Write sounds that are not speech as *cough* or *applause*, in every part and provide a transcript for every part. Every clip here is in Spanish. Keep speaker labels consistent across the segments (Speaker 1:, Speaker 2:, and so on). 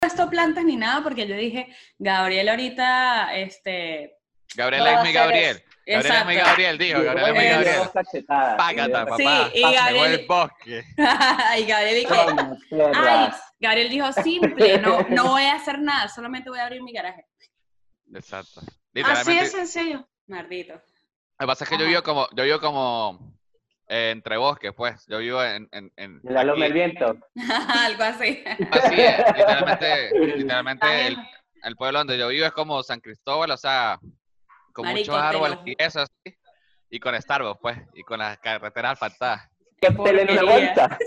Speaker 1: puesto plantas ni nada porque yo dije, Gabriel ahorita, este...
Speaker 2: Gabriela es mi Gabriel. Gabriel es mi
Speaker 1: Exacto.
Speaker 2: Gabriel, dijo. Gabriel es mi
Speaker 1: Bueno,
Speaker 2: Gabriel.
Speaker 3: Dos cachetadas.
Speaker 2: Págata,
Speaker 1: Sí,
Speaker 2: papá.
Speaker 1: y
Speaker 2: Llegó
Speaker 1: Gabriel-
Speaker 2: el bosque.
Speaker 1: *laughs* Ay, Gabriel dijo,
Speaker 3: Coño,
Speaker 1: ay,
Speaker 3: tierra.
Speaker 1: Gabriel dijo, simple, no, no voy a hacer nada, solamente voy a abrir mi garaje.
Speaker 2: Exacto.
Speaker 4: Así
Speaker 2: Literalmente.
Speaker 4: de sencillo.
Speaker 1: Mardito.
Speaker 2: Lo que pasa es que yo
Speaker 4: Ajá.
Speaker 2: vivo como, yo vivo como eh, entre bosques, pues. Yo vivo en. en, en
Speaker 3: La loma del
Speaker 2: aquí. *laughs*
Speaker 3: viento.
Speaker 1: *laughs* Algo así.
Speaker 2: Así
Speaker 3: *laughs*
Speaker 2: es, literalmente, literalmente el,
Speaker 4: También.
Speaker 2: el pueblo donde yo vivo es como San Cristóbal, o sea, con
Speaker 1: Marico,
Speaker 2: muchos
Speaker 1: te lo
Speaker 2: árboles
Speaker 1: ju-
Speaker 2: y eso así. Y con Starbucks, pues, y con las carreteras asfaltadas.
Speaker 1: Uh.
Speaker 3: Que te le den una
Speaker 1: porquería. *laughs*
Speaker 3: vuelta.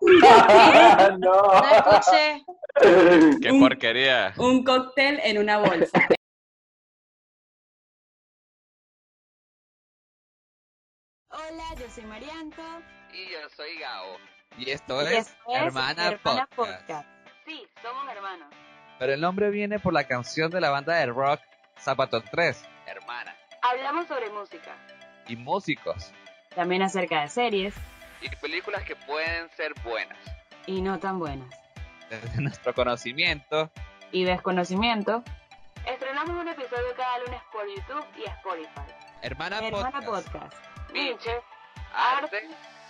Speaker 1: Sí,
Speaker 3: no.
Speaker 4: No escuché.
Speaker 2: ¡Qué
Speaker 1: Un-
Speaker 2: porquería!
Speaker 1: un cóctel en una bolsa.
Speaker 4: Hola, yo soy Marianto.
Speaker 2: Y yo soy Gao. Y esto
Speaker 4: y esto es Hermana Podcast. Sí, somos hermanos.
Speaker 2: Pero el nombre viene por la canción de la banda de rock Zapato 3, Hermana,
Speaker 4: Hablamos sobre música.
Speaker 2: y músicos.
Speaker 4: También acerca de series
Speaker 2: Y películas que pueden ser buenas. *laughs*
Speaker 4: y no tan buenas.
Speaker 2: Desde nuestro conocimiento,
Speaker 4: Y desconocimiento. Estrenamos un episodio cada lunes por YouTube y Spotify.
Speaker 2: Hermana,
Speaker 4: Hermana
Speaker 2: Podcast,
Speaker 4: Podcast.
Speaker 2: Vinche,
Speaker 4: Vinche
Speaker 2: Arte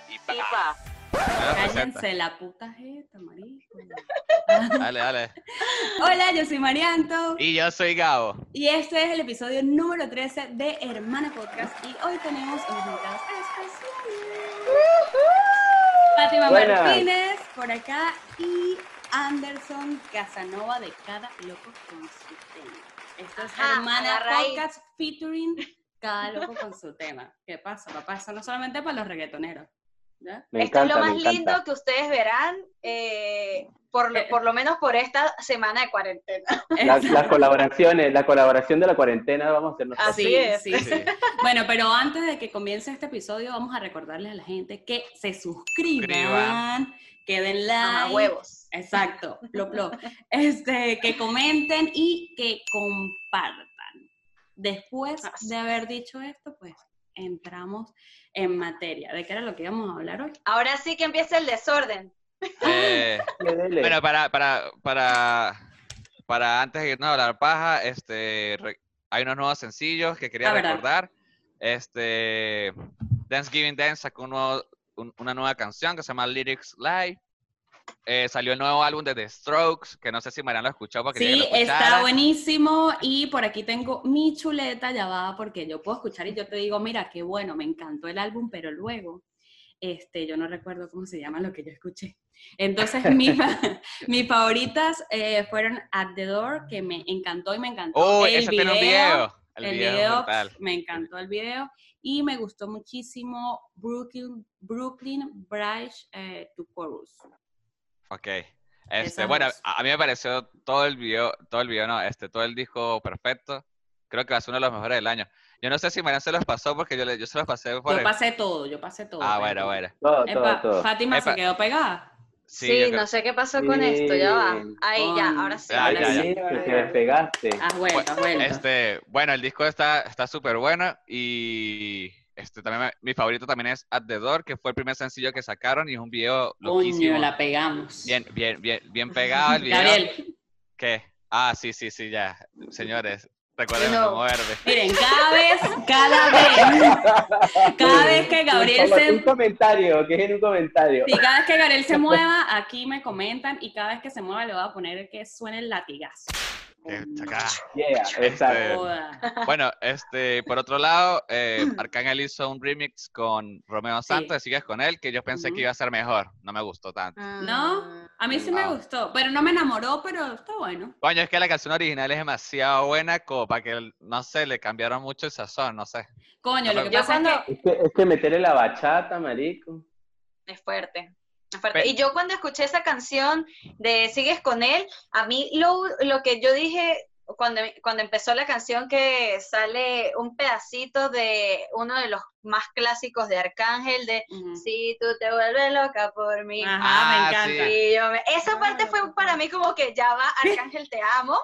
Speaker 2: y
Speaker 4: y
Speaker 2: Pa. Ah,
Speaker 4: Pa.
Speaker 1: Cállense la puta jeta, marico.
Speaker 2: Dale, dale.
Speaker 1: Hola, yo soy Marianto.
Speaker 2: Y yo soy Gabo.
Speaker 1: Y este es el episodio número 13 de Hermana Podcast. Y hoy tenemos unos invitados especiales. Fátima
Speaker 3: Buenas.
Speaker 1: Martínez por acá y Anderson Casanova de Cada Loco con su tema. Esto es
Speaker 4: Ajá,
Speaker 1: Hermana
Speaker 4: Ah, agarra ahí.
Speaker 1: Podcast featuring Cada Loco con su tema. ¿Qué pasa, papá? Eso no solamente para los reggaetoneros. ¿ya?
Speaker 3: Me
Speaker 5: Esto es
Speaker 3: encanta,
Speaker 5: lo más
Speaker 3: me encanta.
Speaker 5: lindo que ustedes verán, eh, por,
Speaker 1: Eh.
Speaker 5: lo, por lo menos por esta semana de cuarentena.
Speaker 3: Las, las colaboraciones, la colaboración de la cuarentena vamos a hacer nosotros.
Speaker 5: Así
Speaker 1: Sí,
Speaker 5: es.
Speaker 1: sí, sí. Bueno, pero antes de que comience este episodio, vamos a recordarles a la gente que se suscriban,
Speaker 2: Suscriban.
Speaker 1: que den like.
Speaker 5: Mamá huevos.
Speaker 1: Exacto, plop, plop. Este, que comenten y que compartan. Después
Speaker 5: Así.
Speaker 1: de haber dicho esto, pues entramos en materia. ¿De qué era lo que íbamos a hablar hoy?
Speaker 5: Ahora sí que empieza el desorden.
Speaker 2: Eh,
Speaker 3: Qué dele.
Speaker 1: Este,
Speaker 2: bueno, para, para, para, para antes de irnos a hablar paja, este, re- hay unos nuevos sencillos que quería
Speaker 1: Ah, ¿verdad?
Speaker 2: recordar. Este, Dance Giving Dance sacó un nuevo- un- una nueva canción que se llama Lyrics Live. Eh, salió el nuevo álbum de The Strokes, que no sé si Mariana lo escuchó porque
Speaker 1: Sí, está buenísimo y por aquí tengo mi chuleta ya va porque yo puedo escuchar y yo te digo, mira, qué bueno, me encantó el álbum, pero luego, este, yo no recuerdo cómo se llama lo que yo escuché. Entonces,
Speaker 2: *laughs*
Speaker 1: mi fa- mis favoritas eh, fueron At The Door, que me encantó y me encantó
Speaker 2: Oh,
Speaker 1: el
Speaker 2: ese tiene un video. El, video, es brutal.
Speaker 1: pf, me encantó el video y me gustó muchísimo Brooklyn, Brooklyn Bridge eh, to Chorus.
Speaker 2: Ok. Este,
Speaker 1: Esas
Speaker 2: bueno,
Speaker 1: dos.
Speaker 2: a, a mí me pareció todo el video, todo el video, no, este, todo el disco perfecto. Creo que va a ser uno de los mejores del año. Yo no sé si Mariana se los pasó porque yo, le- yo se los pasé por
Speaker 1: Yo
Speaker 2: el-
Speaker 1: pasé todo, yo pasé todo.
Speaker 2: Ah,
Speaker 1: pero-
Speaker 2: bueno, bueno.
Speaker 3: Todo,
Speaker 1: Epa,
Speaker 3: todo, todo.
Speaker 1: Fátima se
Speaker 2: Epa.
Speaker 1: quedó pegada.
Speaker 2: Sí,
Speaker 5: Sí,
Speaker 2: yo creo-
Speaker 5: no sé qué pasó con
Speaker 3: Sí.
Speaker 5: esto, ya va. Ahí,
Speaker 1: Con-
Speaker 5: ya, ahora sí.
Speaker 2: Ah,
Speaker 3: Ay,
Speaker 2: ya, ya.
Speaker 3: sí, que te despegaste.
Speaker 1: Has vuelto, has vuelto.
Speaker 2: Este, bueno, el disco está está súper bueno y este también me- mi favorito también es At the Door, que fue el primer sencillo que sacaron y es un video loquísimo.
Speaker 1: Coño, la pegamos.
Speaker 2: Bien, bien, bien,
Speaker 1: *laughs*
Speaker 2: bien pegado el video.
Speaker 1: Gabriel,
Speaker 2: ¿Qué? Ah, sí, sí, sí, ya. Señores, recuerden
Speaker 5: No.
Speaker 2: no moverme.
Speaker 1: miren, cada vez, cada vez, cada vez que Gabriel
Speaker 3: Como Un
Speaker 1: se...
Speaker 3: comentario, que es en un comentario.
Speaker 1: sí, cada vez que Gabriel se mueva, aquí me comentan y cada vez que se mueva le voy a poner que suene el latigazo.
Speaker 2: Que
Speaker 1: um,
Speaker 2: chaca.
Speaker 3: Yeah, exacto.
Speaker 1: Joda.
Speaker 2: Bueno, este, por otro lado, eh,
Speaker 1: *clears throat*
Speaker 2: Arcángel hizo un remix con Romeo Santos, sigues con él, que yo pensé
Speaker 1: Ujú.
Speaker 2: que iba a ser mejor, no me gustó tanto.
Speaker 1: ¿No? A mí sí me
Speaker 2: Ah.
Speaker 1: gustó, pero no me enamoró, pero está bueno.
Speaker 2: Coño, es que la canción original es demasiado buena como para que, el- no sé, le cambiaron mucho el sazón, no sé.
Speaker 1: Coño, lo que
Speaker 5: Yo
Speaker 1: pasa
Speaker 5: cuando...
Speaker 1: es que...
Speaker 3: Es que, es que meterle la bachata, marico.
Speaker 5: Es fuerte. es fuerte.
Speaker 2: Pe-
Speaker 5: y yo cuando escuché esa canción de Sigues con él, a mí lo, lo que yo dije cuando, cuando empezó la canción que sale un pedacito de uno de los más clásicos de Arcángel, de
Speaker 1: Ujú.
Speaker 5: Si tú te vuelves loca por mí.
Speaker 1: Ajá,
Speaker 2: Ah,
Speaker 1: me encanta.
Speaker 2: sí.
Speaker 5: Y yo me- Esa parte
Speaker 1: Ah,
Speaker 5: fue para mí como que ya va, Arcángel, te amo.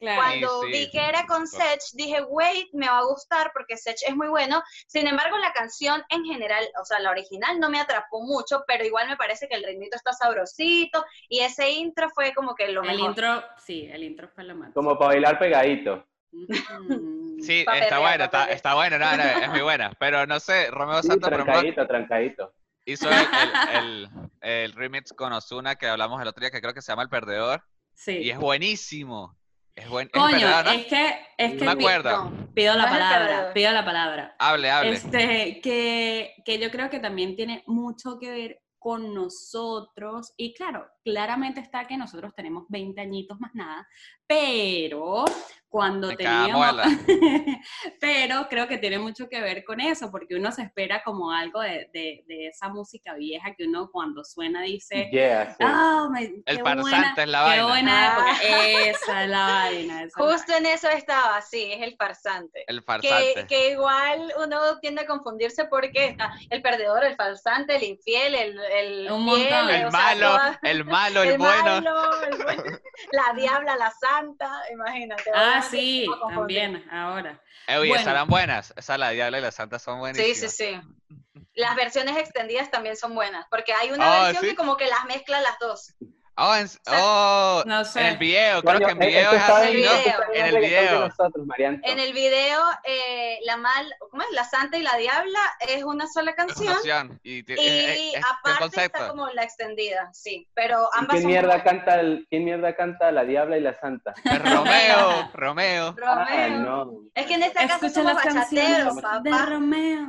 Speaker 1: Claro.
Speaker 5: Cuando
Speaker 2: sí,
Speaker 5: vi
Speaker 2: sí,
Speaker 5: que era
Speaker 2: claro.
Speaker 5: con Sech, dije, wait, me va a gustar porque Sech es muy bueno. Sin embargo, la canción en general, o sea, la original no me atrapó mucho, pero igual me parece que el ritmito está sabrosito y ese intro fue como que lo
Speaker 1: El
Speaker 5: mejor.
Speaker 1: intro, sí, el intro fue lo más.
Speaker 3: Como para bailar pegadito.
Speaker 1: Ujú.
Speaker 2: Sí,
Speaker 5: Pa'
Speaker 2: está
Speaker 5: perrear,
Speaker 2: buena,
Speaker 5: pa'
Speaker 2: está,
Speaker 5: perrear.
Speaker 2: está buena, no, no, es muy
Speaker 1: *laughs*
Speaker 2: buena. Pero no sé, Romeo
Speaker 3: Sí,
Speaker 2: Santos, por ejemplo,
Speaker 3: trancadito, trancadito.
Speaker 2: hizo
Speaker 1: *laughs*
Speaker 2: el, el, el- el remix con Ozuna que hablamos el otro día, que creo que se llama El Perdedor,
Speaker 1: Sí.
Speaker 2: y es buenísimo. Es buen, es
Speaker 1: Coño,
Speaker 2: perdedor, ¿no?
Speaker 1: es que, es que
Speaker 2: No me
Speaker 1: pi-
Speaker 2: acuerdo.
Speaker 1: no, pido la
Speaker 5: No es el
Speaker 1: palabra,
Speaker 5: perdedor.
Speaker 1: pido la palabra.
Speaker 2: Hable, hable.
Speaker 1: Este, que, que yo creo que también tiene mucho que ver con nosotros. Y claro, claramente está que nosotros tenemos 20 añitos más nada, pero cuando
Speaker 2: Me cago en la
Speaker 1: teníamos... *laughs* pero creo que tiene mucho que ver con eso, porque uno se espera como algo de, de- de esa música vieja que uno cuando suena dice...
Speaker 3: Yeah, sí.
Speaker 1: "Ah, me-
Speaker 2: El
Speaker 1: qué buena-
Speaker 2: farsante es la
Speaker 1: Qué
Speaker 2: vaina.
Speaker 1: buena época.
Speaker 5: Ah.
Speaker 1: Esa es la vaina. esa es la
Speaker 5: Justo en eso estaba, sí, es el farsante.
Speaker 2: El
Speaker 5: Que,
Speaker 2: farsante.
Speaker 5: que igual uno tiende a confundirse porque está el perdedor, el farsante, el infiel, el, el
Speaker 1: Un montón.
Speaker 5: fiel,
Speaker 2: El
Speaker 5: o sea,
Speaker 2: malo,
Speaker 5: todas-
Speaker 2: el malo, el bueno.
Speaker 5: malo, el bueno, *laughs* la diabla, la santa, imagínate.
Speaker 1: Ah,
Speaker 5: obviamente,
Speaker 1: sí,
Speaker 5: no confundir.
Speaker 1: también, ahora.
Speaker 2: Eh, oye,
Speaker 1: Bueno.
Speaker 2: esas eran buenas. Esas la diabla y la santa son
Speaker 5: Sí,
Speaker 2: buenísimas.
Speaker 5: sí, sí. Las versiones extendidas también son buenas, porque hay
Speaker 2: Ah,
Speaker 5: una versión
Speaker 2: ¿sí?
Speaker 5: que como que las mezcla las dos.
Speaker 2: Oh, en, oh,
Speaker 1: No
Speaker 2: en el
Speaker 1: sé.
Speaker 2: video, creo
Speaker 3: Coño,
Speaker 2: que en
Speaker 3: eh,
Speaker 2: video
Speaker 3: esto
Speaker 2: es
Speaker 3: está
Speaker 2: así,
Speaker 5: en
Speaker 2: ¿no?
Speaker 5: video.
Speaker 2: En el
Speaker 3: reggaetón de
Speaker 2: video.
Speaker 3: nosotros, Marianto.
Speaker 5: En el video, eh, la mal, ¿cómo es? La santa y la diabla es una sola
Speaker 2: Es una
Speaker 5: canción.
Speaker 2: opción, Y, ti-
Speaker 5: Y
Speaker 2: es- es- es un
Speaker 5: aparte
Speaker 2: concepto.
Speaker 5: está como la extendida, sí. Pero
Speaker 3: ¿Y
Speaker 5: ambas
Speaker 3: ¿Quién
Speaker 5: son
Speaker 3: mierda
Speaker 5: buenas.
Speaker 3: canta el, quién mierda canta la diabla y la santa?
Speaker 1: *laughs* Ah,
Speaker 2: Pero
Speaker 5: *laughs*
Speaker 2: Romeo, Romeo.
Speaker 3: Ah,
Speaker 5: Romeo.
Speaker 3: no.
Speaker 5: Es que en esta casa
Speaker 1: Escucha
Speaker 5: somos
Speaker 1: las canciones
Speaker 5: bachateros,
Speaker 1: de
Speaker 5: papá.
Speaker 1: Romeo.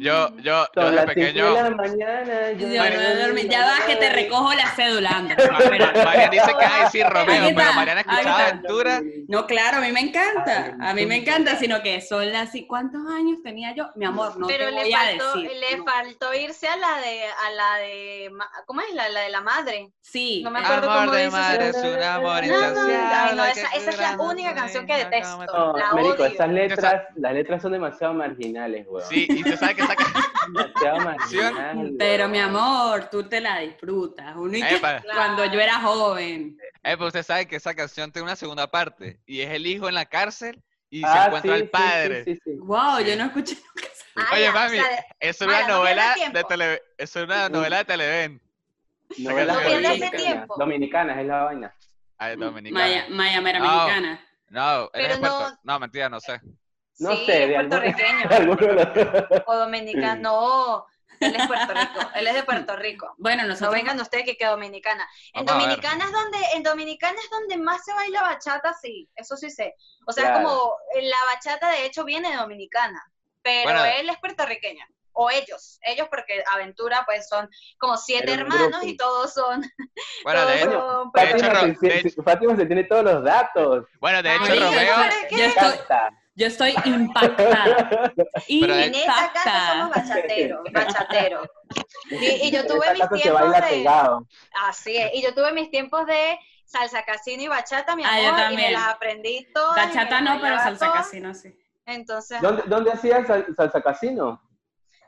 Speaker 2: Yo, yo, yo
Speaker 3: Son
Speaker 2: de
Speaker 3: las cinco de
Speaker 2: pequeño.
Speaker 3: la mañana.
Speaker 1: Yo
Speaker 3: Yo
Speaker 1: no voy a dormir. Ya va que te recojo la cédula, anda.
Speaker 2: Ma- Ma- Mariana dice que va a decir Romeo,
Speaker 1: Aquí está,
Speaker 2: pero Mariana
Speaker 1: aquí
Speaker 2: escuchaba
Speaker 1: está.
Speaker 2: aventura.
Speaker 1: No, claro, a mí me encanta. A mí me encanta, sino que son las... y- ¿Cuántos años tenía yo? Mi amor, no
Speaker 5: pero
Speaker 1: te
Speaker 5: le
Speaker 1: voy
Speaker 5: faltó,
Speaker 1: a decir.
Speaker 5: le
Speaker 1: no.
Speaker 5: faltó irse a la de, a la de, ma- ¿cómo es? La, la de la madre.
Speaker 1: Sí.
Speaker 5: No me acuerdo
Speaker 2: Amor
Speaker 5: cómo
Speaker 2: de
Speaker 5: dice.
Speaker 2: madre es un amor
Speaker 5: No, no,
Speaker 2: insaciable.
Speaker 5: ay, no,
Speaker 2: que
Speaker 5: esa, esa es la
Speaker 2: dura
Speaker 5: única canción que
Speaker 2: nunca
Speaker 5: detesto.
Speaker 2: acabará.
Speaker 3: No,
Speaker 5: La
Speaker 3: Mérico,
Speaker 5: odio.
Speaker 3: esas letras, las letras son demasiado marginales, weón.
Speaker 2: Sí, y tú sabes que esa
Speaker 5: *laughs*
Speaker 2: canción.
Speaker 3: Demasiado
Speaker 2: Ah,
Speaker 3: marginales.
Speaker 1: Pero mi
Speaker 3: weón.
Speaker 1: amor, tú te la disfrutas. Uno y que-
Speaker 2: Epa.
Speaker 1: cuando yo era joven.
Speaker 2: Eh, pero usted sabe que esa canción tiene una segunda parte. Y es el hijo en la cárcel y se
Speaker 3: Ah,
Speaker 2: encuentra
Speaker 3: sí,
Speaker 2: el
Speaker 3: sí,
Speaker 2: padre.
Speaker 3: sí, sí, sí.
Speaker 1: Wow, yo no escuché nunca esa-
Speaker 5: Ala,
Speaker 2: Oye,
Speaker 5: Ah, o sea,
Speaker 2: mami, es una
Speaker 5: mala, no
Speaker 2: novela
Speaker 5: pierdas tiempo.
Speaker 2: de tele, es una novela de Televen.
Speaker 3: Novelas
Speaker 2: No pierdas
Speaker 5: ese
Speaker 3: dominicanas.
Speaker 5: tiempo.
Speaker 3: Dominicanas es la vaina. *laughs*
Speaker 2: Ay, dominicana.
Speaker 1: Maya, Maya Mera
Speaker 2: No.
Speaker 1: Mexicana.
Speaker 2: No,
Speaker 5: Pero
Speaker 2: eres de Puerto-
Speaker 5: no-
Speaker 2: No, mentira, no sé.
Speaker 3: No
Speaker 5: sí,
Speaker 3: sé,
Speaker 5: es
Speaker 3: de alguna-
Speaker 5: puertorriqueño.
Speaker 3: Alguno de los-
Speaker 5: O dominicano. No, él es Puerto Rico. Él es de Puerto Rico.
Speaker 1: Bueno,
Speaker 5: No
Speaker 1: nosotros.
Speaker 5: vengan ustedes que que dominicana. En
Speaker 2: Vamos a ver.
Speaker 5: dominicana es donde, en dominicana es donde más se baila bachata, sí, eso sí sé. O sea,
Speaker 3: Claro.
Speaker 5: como eh, la bachata de hecho viene de dominicana, pero
Speaker 2: Bueno.
Speaker 5: él es puertorriqueño. O ellos, ellos porque Aventura pues son como siete
Speaker 3: Era un
Speaker 5: hermanos
Speaker 3: grupo.
Speaker 5: y todos son,
Speaker 2: Bueno, de
Speaker 5: todos
Speaker 2: hecho,
Speaker 5: son
Speaker 2: de hecho,
Speaker 5: puertorriqueños.
Speaker 3: Fátima,
Speaker 2: Ro- de
Speaker 3: se- se- Fátima se tiene todos los datos.
Speaker 2: bueno, de hecho
Speaker 5: Marica,
Speaker 2: Romeo,
Speaker 5: ¿para qué?
Speaker 1: Yo estoy,
Speaker 3: Canta.
Speaker 1: yo estoy impactada.
Speaker 3: *laughs*
Speaker 5: En esa casa somos
Speaker 1: impactada.
Speaker 5: bachateros, bachateros. Y,
Speaker 3: *laughs*
Speaker 5: y yo
Speaker 3: En
Speaker 5: tuve
Speaker 3: esta
Speaker 5: mis
Speaker 3: casa se
Speaker 5: tiempos
Speaker 3: baila
Speaker 5: de-
Speaker 3: pegado.
Speaker 5: Así es, y yo tuve mis tiempos de salsa casino y bachata, mi amor,
Speaker 1: Ah, yo
Speaker 5: y me
Speaker 1: también.
Speaker 5: las aprendí todas. y me
Speaker 1: Bachata
Speaker 5: las
Speaker 1: no, pero
Speaker 5: bailaba
Speaker 1: salsa
Speaker 5: todas.
Speaker 1: casino sí.
Speaker 5: Entonces,
Speaker 3: ¿Dónde, dónde hacía el sal- salsa casino?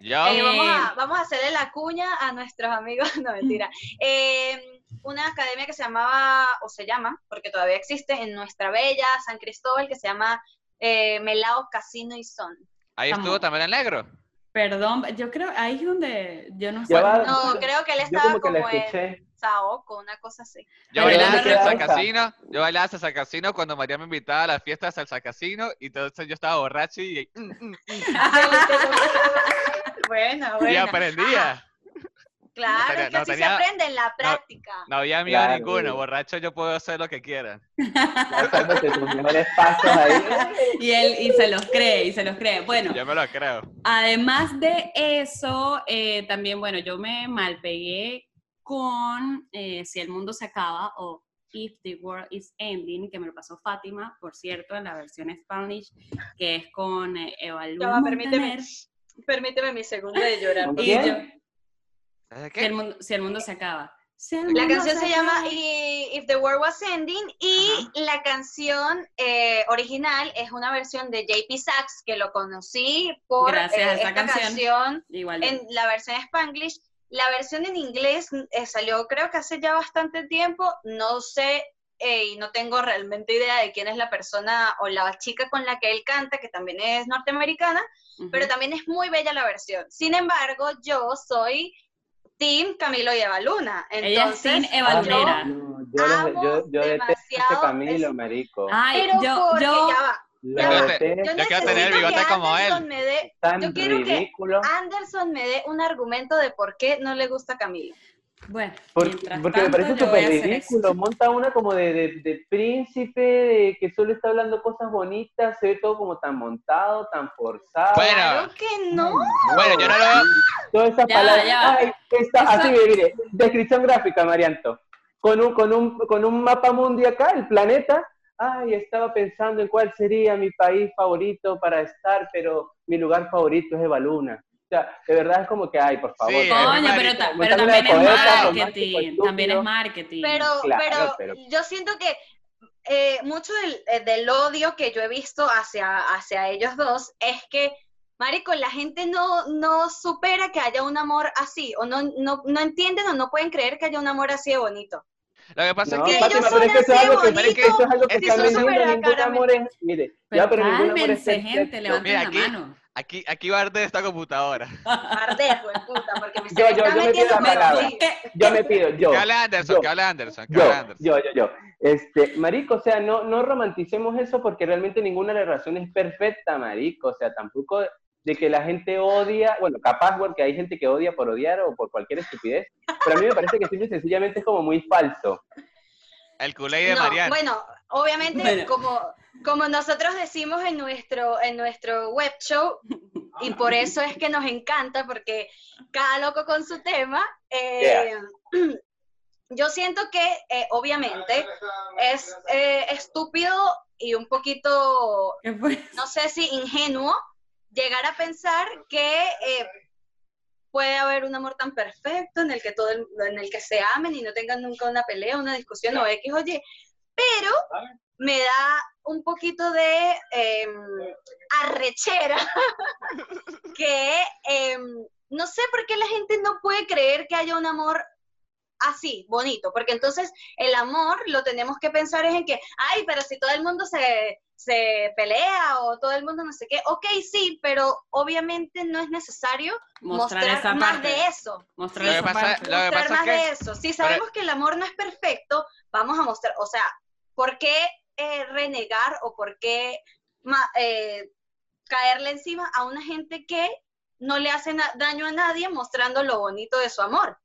Speaker 2: yo,
Speaker 5: Eh,
Speaker 1: Eh,
Speaker 5: vamos, a, vamos a hacerle la cuña a nuestros amigos, *laughs* no mentira. Eh, una academia que se llamaba, o se llama, porque todavía existe, en nuestra bella San Cristóbal, que se llama eh, Melaos Casino y Son.
Speaker 2: ahí estuvo
Speaker 1: Vamos.
Speaker 2: también el negro.
Speaker 1: Perdón, yo creo, ahí es donde yo no sé.
Speaker 3: Ya va. *laughs*
Speaker 5: No, creo que él
Speaker 3: Yo
Speaker 5: estaba
Speaker 3: como
Speaker 5: como,
Speaker 3: que la
Speaker 5: en
Speaker 3: escuché.
Speaker 5: Saoco, una
Speaker 1: *laughs*
Speaker 5: cosa así.
Speaker 1: Pero
Speaker 2: Yo bailaba
Speaker 1: ¿dónde
Speaker 2: salsa
Speaker 3: queda esa?
Speaker 2: casino, yo bailaba salsa casino cuando María me invitaba a la fiesta de salsa casino y entonces yo estaba borracho y,
Speaker 1: Ah,
Speaker 5: *laughs* bueno,
Speaker 2: y
Speaker 5: bueno.
Speaker 2: aprendía. No
Speaker 5: Claro,
Speaker 2: tenía-
Speaker 5: es que
Speaker 2: no
Speaker 5: así
Speaker 2: tenía-
Speaker 5: se aprende en la práctica.
Speaker 2: No había miedo
Speaker 3: Claro.
Speaker 2: ninguno, borracho yo puedo hacer lo que quiera.
Speaker 3: Lanzándote tus mejores pasos ahí.
Speaker 5: *laughs*
Speaker 3: Ah,
Speaker 1: Y él y se los cree, y se los cree. Bueno,
Speaker 2: Yo me lo creo.
Speaker 1: Además de eso, eh, también, bueno, yo me malpegué con eh, Si el mundo se acaba o If the World is Ending, que me lo pasó Fátima, por cierto, en la versión Spanish, que es con eh, Eva Luz
Speaker 5: Ya va, permíteme,
Speaker 1: Montaner.
Speaker 5: permíteme mi segundo de llorar.
Speaker 3: ¿Con
Speaker 1: Y
Speaker 3: quién?
Speaker 1: yo,
Speaker 2: ¿Sabes
Speaker 1: si, el
Speaker 2: qué?
Speaker 1: mundo, Si el mundo se acaba. Si el
Speaker 5: La
Speaker 1: mundo
Speaker 5: canción se
Speaker 1: acaba.
Speaker 5: llama I- If the World Was Ending y
Speaker 1: Ajá.
Speaker 5: la canción eh, original es una versión de JP Sachs que lo conocí por
Speaker 1: Gracias a
Speaker 5: eh,
Speaker 1: esa
Speaker 5: esta
Speaker 1: canción.
Speaker 5: canción
Speaker 1: Igual.
Speaker 5: en la versión en Spanglish. La versión en inglés eh, salió creo que hace ya bastante tiempo, no sé eh, y no tengo realmente idea de quién es la persona o la chica con la que él canta, que también es norteamericana,
Speaker 1: Ujú.
Speaker 5: pero también es muy bella la versión. Sin embargo, yo soy Team Camilo y Eva Luna.
Speaker 1: Ella es
Speaker 5: Entonces,
Speaker 1: sin evalunera.
Speaker 3: No, yo, los- yo, yo detesto
Speaker 5: Amo
Speaker 3: a
Speaker 5: demasiado
Speaker 3: este Camilo,
Speaker 5: ese-
Speaker 3: marico.
Speaker 1: Ay,
Speaker 5: pero
Speaker 1: yo,
Speaker 5: porque
Speaker 1: yo,
Speaker 5: ya va.
Speaker 3: Lo
Speaker 2: Yo-
Speaker 3: detesto
Speaker 2: Yo quiero
Speaker 5: necesito
Speaker 2: tener el bigote
Speaker 5: que
Speaker 2: como él.
Speaker 5: Anderson me dé-
Speaker 3: tan
Speaker 5: yo quiero que- ah,
Speaker 3: ridículo.
Speaker 5: Anderson me dé un argumento de por qué no le gusta Camilo.
Speaker 1: bueno,
Speaker 3: Por-
Speaker 1: mientras
Speaker 3: porque me
Speaker 1: tanto,
Speaker 3: parece
Speaker 1: yo voy a
Speaker 3: súper
Speaker 1: hacer esto.
Speaker 3: ridículo. Monta una como de, de, de príncipe, de que solo está hablando cosas bonitas, se ve todo como tan montado, tan forzado.
Speaker 5: Pues,
Speaker 2: Bueno.
Speaker 5: Claro que no.
Speaker 2: Bueno, yo no lo veo.
Speaker 3: Todas esas
Speaker 1: Ya,
Speaker 3: palabras.
Speaker 1: ya.
Speaker 3: Ay, esta-
Speaker 1: Eso-
Speaker 3: Así, mire, mire, descripción gráfica, Marianto. Con un, con, un, con un mapa mundi acá, el planeta. Ay, estaba pensando en cuál sería mi país favorito para estar, pero mi lugar favorito es Evaluna. O sea, de verdad es como que, ay, por favor.
Speaker 2: Sí, es
Speaker 1: Coño,
Speaker 2: marico,
Speaker 1: pero, ta-
Speaker 3: montarle
Speaker 1: pero
Speaker 3: una
Speaker 1: también es
Speaker 2: coleta,
Speaker 3: romántico,
Speaker 1: marketing,
Speaker 3: estúpido.
Speaker 1: también es marketing.
Speaker 5: Pero,
Speaker 3: Claro,
Speaker 5: pero,
Speaker 3: pero-
Speaker 5: yo siento que eh, mucho del, eh, del odio que yo he visto hacia, hacia ellos dos es que, Marico, la gente no, no supera que haya un amor así, o no, no, no entienden o no pueden creer que haya un amor así de bonito.
Speaker 2: Lo que pasa
Speaker 3: No,
Speaker 2: es que.
Speaker 5: Fátima,
Speaker 3: Fátima,
Speaker 5: ellos
Speaker 3: pero es que eso es
Speaker 5: son
Speaker 3: algo que,
Speaker 5: así
Speaker 3: pero es que eso es
Speaker 2: bonitos, estos son
Speaker 3: algo que cambia
Speaker 5: súper
Speaker 3: ninguno, ningún amor es, mire,
Speaker 1: Pero
Speaker 3: ya, pero ningún amor es
Speaker 1: cálmense,
Speaker 3: perfecto.
Speaker 1: gente, levanten
Speaker 2: Mira,
Speaker 1: la
Speaker 2: aquí-
Speaker 1: mano. *laughs*
Speaker 2: Aquí, aquí va de esta computadora.
Speaker 5: Arder, puta, porque me se
Speaker 3: Yo-
Speaker 5: me
Speaker 3: yo-
Speaker 5: está
Speaker 3: yo me
Speaker 5: metiendo
Speaker 3: pido la
Speaker 5: conmigo.
Speaker 3: palabra. Yo me pido, yo,
Speaker 2: ¿Qué habla Anderson?
Speaker 3: yo,
Speaker 2: ¿Qué habla Anderson? ¿Qué
Speaker 3: yo,
Speaker 2: habla Anderson?
Speaker 3: yo, yo, yo. Este, marico, o sea, no, no romanticemos eso porque realmente ninguna de las relaciones es perfecta, marico. O sea, tampoco de que la gente odia, bueno, capaz porque hay gente que odia por odiar o por cualquier estupidez, pero a mí me parece que simple y sencillamente es como muy
Speaker 5: *laughs*
Speaker 3: falso.
Speaker 2: El culé de
Speaker 5: No,
Speaker 2: Mariana.
Speaker 5: Bueno, obviamente,
Speaker 1: Bueno.
Speaker 5: como, como nosotros decimos en nuestro, en nuestro web show, y por eso es que nos encanta, porque cada loco con su tema, eh, yo siento que eh, obviamente es eh, estúpido y un poquito,
Speaker 1: ¿Qué fue?
Speaker 5: no sé si ingenuo, llegar a pensar que... eh, Puede haber un amor tan perfecto en el que todo el- en el que se amen y no tengan nunca una pelea, una discusión o X o Y, pero me da un poquito de em, arrechera *laughs* que em, no sé por qué la gente no puede creer que haya un amor así, bonito, porque entonces el amor lo tenemos que pensar es en que, ay, pero si todo el mundo se, se pelea o todo el mundo no sé qué, ok, sí, pero obviamente no es necesario
Speaker 1: Mostrar,
Speaker 5: mostrar,
Speaker 1: esa
Speaker 5: más
Speaker 1: parte.
Speaker 5: de eso.
Speaker 1: Mostrar
Speaker 2: Lo que
Speaker 1: esa
Speaker 2: pasa-
Speaker 1: parte.
Speaker 2: lo que
Speaker 5: mostrar
Speaker 2: pasa
Speaker 5: más
Speaker 2: es que-
Speaker 5: de eso. Si sabemos que el amor no es perfecto, vamos a mostrar, o sea, ¿por qué eh, renegar o por qué ma- eh, caerle encima a una gente que no le hace na- daño a nadie mostrando lo bonito de su amor?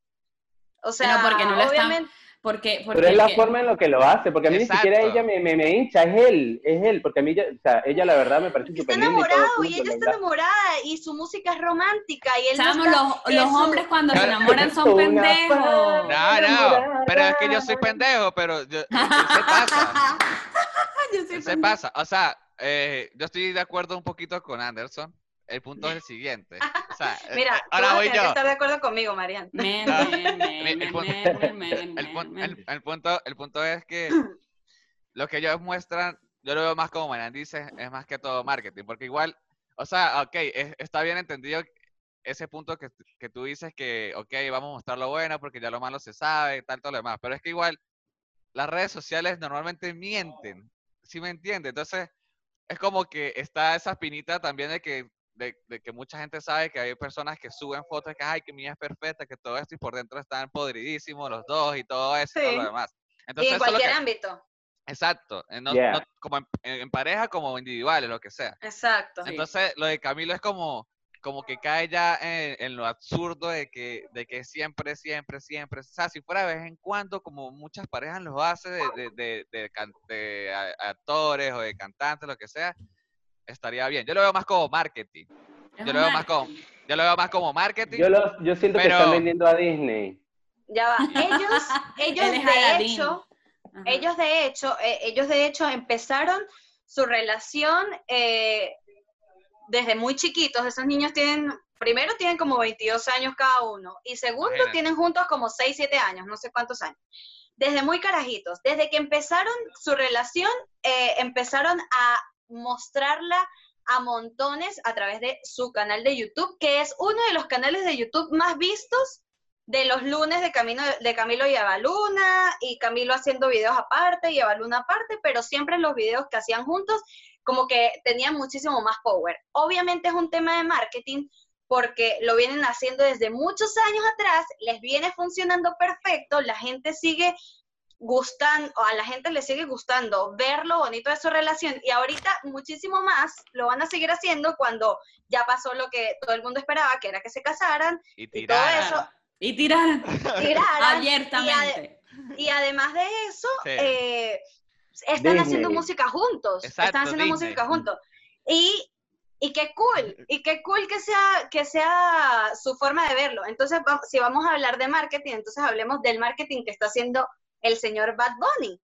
Speaker 5: O sea,
Speaker 1: Pero porque no lo están-
Speaker 5: obviamente,
Speaker 1: Porque, porque
Speaker 3: Pero es la
Speaker 1: que-
Speaker 3: forma en lo que lo hace, porque a mí
Speaker 2: Exacto.
Speaker 3: ni siquiera ella me, me, me hincha, es él, es él, porque a mí, ya- o sea, ella la verdad me parece
Speaker 5: está
Speaker 3: súper linda. y todo
Speaker 5: enamorado
Speaker 3: cool,
Speaker 5: y ella
Speaker 3: bla,
Speaker 5: está
Speaker 3: bla.
Speaker 5: enamorada y su música es romántica y él no
Speaker 1: Chamo,
Speaker 5: está-
Speaker 1: los,
Speaker 5: eso-
Speaker 1: los hombres cuando se
Speaker 2: Claro.
Speaker 3: *laughs*
Speaker 1: enamoran son
Speaker 3: Una
Speaker 1: pendejos.
Speaker 3: pa-
Speaker 2: No, no,
Speaker 3: enamorada.
Speaker 2: pero es que yo soy pendejo, pero yo, él se pasa,
Speaker 5: *laughs*
Speaker 1: Yo soy
Speaker 2: él se
Speaker 1: pendeja.
Speaker 2: pasa. O sea, eh, yo estoy de acuerdo un poquito con Anderson. El punto es el siguiente. O sea, eh,
Speaker 5: Mira,
Speaker 2: eh,
Speaker 5: tú
Speaker 2: ahora
Speaker 5: vas a
Speaker 2: voy
Speaker 5: tener que
Speaker 2: yo.
Speaker 5: estar de acuerdo conmigo, Mariana.
Speaker 1: Men,
Speaker 2: Ah.
Speaker 1: men, men,
Speaker 2: El punto-
Speaker 1: men, men, men,
Speaker 2: *laughs* El, pun-
Speaker 1: men.
Speaker 2: el- el punto, el punto es que lo que ellos muestran, yo lo veo más como Manan dice, es más que todo marketing, porque igual, o sea, ok, es- está bien entendido ese punto que, que tú dices que, ok, vamos a mostrar lo bueno porque ya lo malo se sabe, tal, todo lo demás, pero es que igual las redes sociales normalmente mienten, ¿sí me entiendes? Entonces, es como que está esa espinita también de que, de, de que mucha gente sabe que hay personas que suben fotos que, ay, que mi vida es perfecta, que todo esto, y por dentro están podridísimos los dos y todo eso y todo
Speaker 5: Sí.
Speaker 2: lo demás.
Speaker 5: Y
Speaker 2: Entonces, eso
Speaker 5: en
Speaker 2: es lo que-
Speaker 5: cualquier ámbito.
Speaker 2: Exacto, eh, no-
Speaker 3: Yeah.
Speaker 2: no- como en, en pareja, como individuales, lo que sea.
Speaker 5: Exacto.
Speaker 1: Sí.
Speaker 2: Entonces, lo de Camilo es como, como que cae ya en, en lo absurdo de que, de que siempre, siempre, siempre, o sea, si fuera de vez en cuando, como muchas parejas lo hacen de, de, de- de can- de a- actores o de cantantes, lo que sea, estaría bien. Yo lo veo más como marketing.
Speaker 1: Es
Speaker 2: Yo
Speaker 1: un
Speaker 2: lo veo más
Speaker 1: marketing.
Speaker 2: Yo lo veo más como marketing.
Speaker 3: Yo, lo- yo siento
Speaker 2: Pero-
Speaker 3: que están vendiendo a Disney.
Speaker 5: Ya
Speaker 1: *laughs*
Speaker 5: va. Ellos, ellos
Speaker 1: Él es
Speaker 5: de
Speaker 1: Aladín.
Speaker 5: hecho,
Speaker 1: Ajá.
Speaker 5: ellos de hecho, eh, ellos de hecho empezaron su relación eh, desde muy chiquitos. Esos niños tienen, primero tienen como 22 años cada uno y segundo
Speaker 2: Imagínate.
Speaker 5: tienen juntos como 6, 7 años, no sé cuántos años. Desde muy carajitos, desde que empezaron su relación, eh, empezaron a mostrarla a montones a través de su canal de YouTube, que es uno de los canales de YouTube más vistos de los lunes de, Camino, de Camilo y Avaluna, y Camilo haciendo videos aparte y Avaluna aparte, pero siempre los videos que hacían juntos como que tenían muchísimo más power. Obviamente es un tema de marketing porque lo vienen haciendo desde muchos años atrás, les viene funcionando perfecto, la gente sigue gustando, a la gente le sigue gustando ver lo bonito de su relación y ahorita muchísimo más lo van a seguir haciendo cuando ya pasó lo que todo el mundo esperaba, que era que se casaran
Speaker 2: Y
Speaker 5: y todo
Speaker 2: tiraran.
Speaker 5: eso,
Speaker 1: Y tiraran
Speaker 5: tiraran.
Speaker 1: abiertamente.
Speaker 5: Y además de eso,
Speaker 2: Sí.
Speaker 5: eh, están
Speaker 3: Disney.
Speaker 5: haciendo música juntos.
Speaker 2: Exacto,
Speaker 5: están haciendo
Speaker 2: Disney.
Speaker 5: música juntos. Y, y qué cool, y qué cool que sea, que sea su forma de verlo. Entonces, va- si vamos a hablar de marketing, entonces hablemos del marketing que está haciendo el señor Bad Bunny.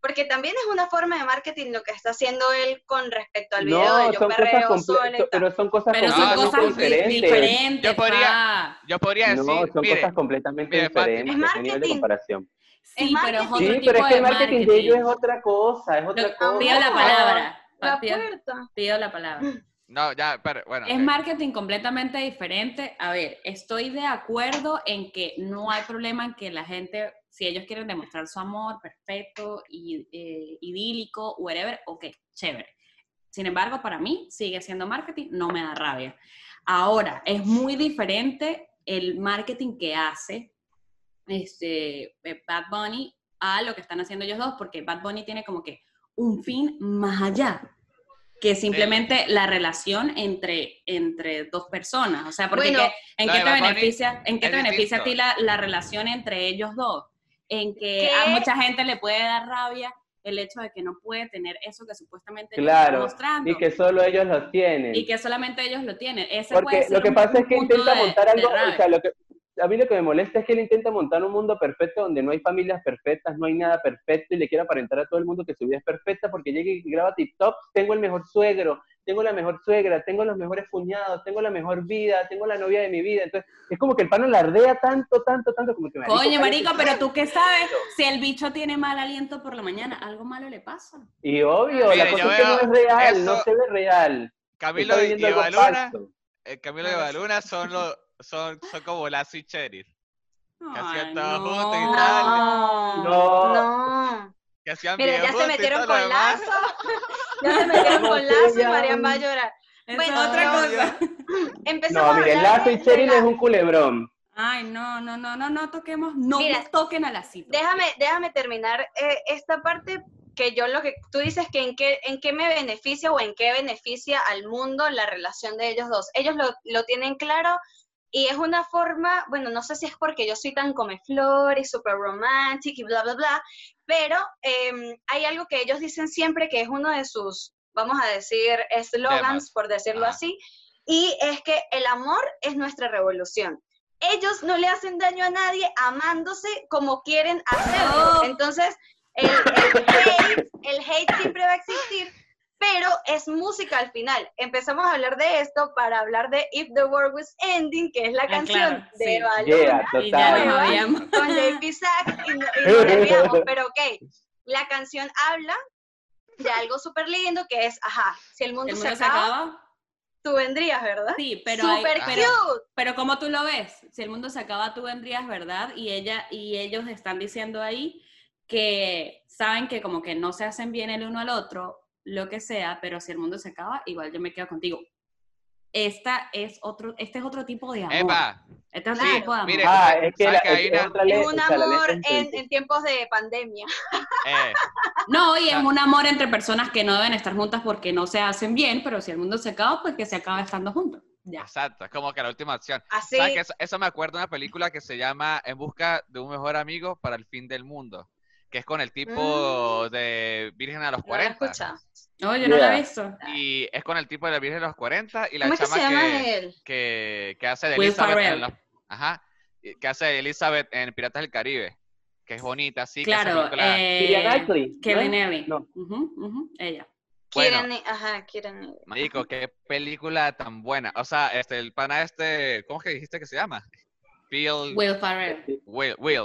Speaker 5: Porque también es una forma de marketing lo que está haciendo él con respecto al video de
Speaker 3: son
Speaker 5: Yo
Speaker 3: cosas
Speaker 5: Perreo
Speaker 3: comple-
Speaker 5: Sola y
Speaker 3: so-
Speaker 5: tal.
Speaker 3: pero son cosas
Speaker 1: Pero son
Speaker 2: Ah, no,
Speaker 1: cosas
Speaker 2: son
Speaker 1: di- diferentes.
Speaker 2: Yo podría-
Speaker 1: pa.
Speaker 2: Yo podría
Speaker 3: No,
Speaker 2: decir,
Speaker 3: son
Speaker 2: mire,
Speaker 3: cosas completamente
Speaker 2: mire, Pati.
Speaker 3: diferentes.
Speaker 5: Es
Speaker 3: qué nivel de
Speaker 5: marketing.
Speaker 3: comparación.
Speaker 1: Sí, pero es
Speaker 5: marketing.
Speaker 1: otro
Speaker 3: Sí,
Speaker 1: tipo
Speaker 3: pero es que
Speaker 1: de
Speaker 3: el marketing de ellos es otra cosa, es otra
Speaker 1: Lo-
Speaker 3: cosa.
Speaker 1: pido la palabra.
Speaker 5: Ah, La
Speaker 1: Pido,
Speaker 5: puerta.
Speaker 1: pido la palabra.
Speaker 2: no, ya, pero
Speaker 3: Ah,
Speaker 2: bueno. eh,
Speaker 1: Es
Speaker 2: ok.
Speaker 1: marketing completamente diferente. A ver, estoy de acuerdo en que no hay problema en que la gente, si ellos quieren demostrar su amor perfecto, y, eh, idílico, whatever, ok, chévere. Sin embargo, para mí sigue siendo marketing, no me da rabia. Ahora, es muy diferente el marketing que hace este, eh, Bad Bunny a lo que están haciendo ellos dos, porque Bad Bunny tiene como que un fin más allá que simplemente la relación entre, entre dos personas. O sea, porque
Speaker 5: Bueno,
Speaker 1: ¿qué- ¿en,
Speaker 2: la
Speaker 1: qué
Speaker 2: de
Speaker 1: te
Speaker 2: Bad Bunny
Speaker 1: beneficia, ¿en qué
Speaker 2: es
Speaker 1: te beneficia a ti
Speaker 2: distinto.
Speaker 1: la, la relación entre ellos dos? En que
Speaker 5: ¿Qué?
Speaker 1: a mucha gente le puede dar rabia el hecho de que no puede tener eso que supuestamente ellos están
Speaker 3: Claro,
Speaker 1: mostrando
Speaker 3: y que solo ellos los tienen.
Speaker 1: y que solamente ellos lo tienen. Ese puede
Speaker 3: Porque
Speaker 1: ser
Speaker 3: lo que
Speaker 1: un-
Speaker 3: pasa
Speaker 1: un
Speaker 3: es que
Speaker 1: punto
Speaker 3: intenta
Speaker 1: de-
Speaker 3: montar
Speaker 1: de
Speaker 3: algo, o
Speaker 1: rabia.
Speaker 3: sea, lo que, a mí lo que me molesta es que él intenta montar un mundo perfecto donde no hay familias perfectas, no hay nada perfecto y le quiere aparentar a todo el mundo que su vida es perfecta porque llega y graba TikToks, tengo el mejor suegro, tengo la mejor suegra, tengo los mejores cuñados, tengo la mejor vida, tengo la novia de mi vida. Entonces, es como que el pano lardea tanto, tanto, tanto como que
Speaker 1: Coño, marico,
Speaker 3: cállate,
Speaker 1: pero tú qué sabes, si el bicho tiene mal aliento por la mañana, algo malo le pasa.
Speaker 3: Y obvio,
Speaker 2: Mire,
Speaker 3: la cosa
Speaker 2: Ah, yo
Speaker 3: es que no
Speaker 2: veo
Speaker 3: es real, no
Speaker 2: eso-
Speaker 3: se ve real.
Speaker 2: Camilo
Speaker 3: Está
Speaker 2: y
Speaker 3: viviendo algo
Speaker 2: Valuna,
Speaker 3: falso.
Speaker 2: Camilo y Valuna son, los son, son como Lazo y Cheryl, Que hacían
Speaker 1: Ay,
Speaker 2: todo junto y
Speaker 1: no.
Speaker 2: tal.
Speaker 3: No.
Speaker 5: no.
Speaker 2: que hacían
Speaker 5: Mira, ya
Speaker 2: videos
Speaker 5: se
Speaker 2: juntos y
Speaker 5: metieron
Speaker 2: todo lo
Speaker 5: con
Speaker 2: demás.
Speaker 5: Lazo. *laughs* Ya se metieron
Speaker 3: No,
Speaker 5: con
Speaker 3: sí,
Speaker 5: Lazo y
Speaker 3: ya.
Speaker 5: Marian va a llorar. Bueno,
Speaker 1: Eso-
Speaker 5: otra cosa. Empezamos
Speaker 3: No, mire,
Speaker 5: a hablar
Speaker 3: Lazo
Speaker 5: de-
Speaker 3: y
Speaker 5: de
Speaker 3: Cheryl
Speaker 5: la-
Speaker 3: es un culebrón.
Speaker 1: Ay, no, no, no, no, no toquemos, no
Speaker 5: Mira,
Speaker 1: nos toquen a la cita.
Speaker 5: Déjame, déjame terminar eh, esta parte que yo lo que tú dices que en qué en qué me beneficia o en qué beneficia al mundo la relación de ellos dos. Ellos lo, lo tienen claro y es una forma, bueno, no sé si es porque yo soy tan comeflor y súper romántica y bla, bla, bla, pero eh, hay algo que ellos dicen siempre que es uno de sus, vamos a decir,
Speaker 2: Temas.
Speaker 5: eslogans, por decirlo
Speaker 2: Ajá.
Speaker 5: así, y es que el amor es nuestra revolución. Ellos no le hacen daño a nadie amándose como quieren hacerlo.
Speaker 1: No.
Speaker 5: Entonces, el, el hate, el hate siempre va a existir, pero es música al final. Empezamos a hablar de esto para hablar de If the World Was Ending, que es la
Speaker 1: Ah,
Speaker 5: canción
Speaker 1: claro,
Speaker 5: de
Speaker 1: sí.
Speaker 5: Balú
Speaker 3: Yeah,
Speaker 1: Y ya
Speaker 3: total.
Speaker 1: nos
Speaker 5: Bueno,
Speaker 1: odiamos.
Speaker 5: con JP Sack y, no- y nos desviamos, pero ok, la canción habla de algo súper lindo que es, ajá, si el mundo,
Speaker 1: El
Speaker 5: se,
Speaker 1: mundo se
Speaker 5: acaba,
Speaker 1: acaba.
Speaker 5: tú vendrías, ¿verdad?
Speaker 1: Sí, pero hay-
Speaker 5: Súper
Speaker 1: pero,
Speaker 5: cute.
Speaker 1: pero como tú lo ves, si el mundo se acaba, tú vendrías, ¿verdad? Y ella y ellos están diciendo ahí que saben que como que no se hacen bien el uno al otro, lo que sea, pero si el mundo se acaba, igual yo me quedo contigo. Esta es otro, este es otro tipo de amor.
Speaker 2: Epa,
Speaker 1: Este es otro
Speaker 5: Claro.
Speaker 1: tipo de amor.
Speaker 2: Mire,
Speaker 3: Ah, es que,
Speaker 2: ¿Sabes
Speaker 3: la,
Speaker 2: que
Speaker 3: es
Speaker 2: hay
Speaker 3: que
Speaker 2: una-
Speaker 3: otra
Speaker 5: Es
Speaker 3: ley,
Speaker 5: un
Speaker 3: o sea, la ley
Speaker 5: amor
Speaker 3: está
Speaker 5: en,
Speaker 3: diferente.
Speaker 5: en tiempos de pandemia.
Speaker 2: eh,
Speaker 1: No, y es
Speaker 2: Claro.
Speaker 1: un amor entre personas que no deben estar juntas porque no se hacen bien, pero si el mundo se acaba, pues que se acaba estando juntos. Ya.
Speaker 2: exacto, es como que la última opción.
Speaker 5: Así,
Speaker 2: ¿Sabes que eso, eso me acuerdo de una película que se llama En busca de un mejor amigo para el fin del mundo, que es con el tipo de Virgen a los
Speaker 5: no Mm. lo he
Speaker 2: 40.
Speaker 5: escuchado.
Speaker 1: No, yo no la he
Speaker 3: Yeah.
Speaker 1: visto.
Speaker 2: Y es con el tipo de la Virgen a los 40 y la
Speaker 5: ¿Cómo es que
Speaker 2: chama
Speaker 5: se llama
Speaker 2: que,
Speaker 5: él?
Speaker 2: que, que hace de
Speaker 1: Will
Speaker 2: Elizabeth en
Speaker 1: Ferrell.
Speaker 2: los- ajá, y- que hace de Elizabeth en Piratas del Caribe, que es bonita, sí, que esa
Speaker 1: Claro.
Speaker 2: película-
Speaker 3: Keira
Speaker 1: Eh,
Speaker 3: Knightley,
Speaker 1: Kelly
Speaker 3: ¿no?
Speaker 1: Nelly.
Speaker 3: No.
Speaker 1: Ujú, ujú, ella.
Speaker 2: bueno.
Speaker 5: Kieran- e-, ajá, Kieran.
Speaker 2: Marico, qué película tan buena. O sea, este, el pana este, ¿cómo es que dijiste que se llama? Phil Will.
Speaker 1: Will Ferrell.
Speaker 2: Will.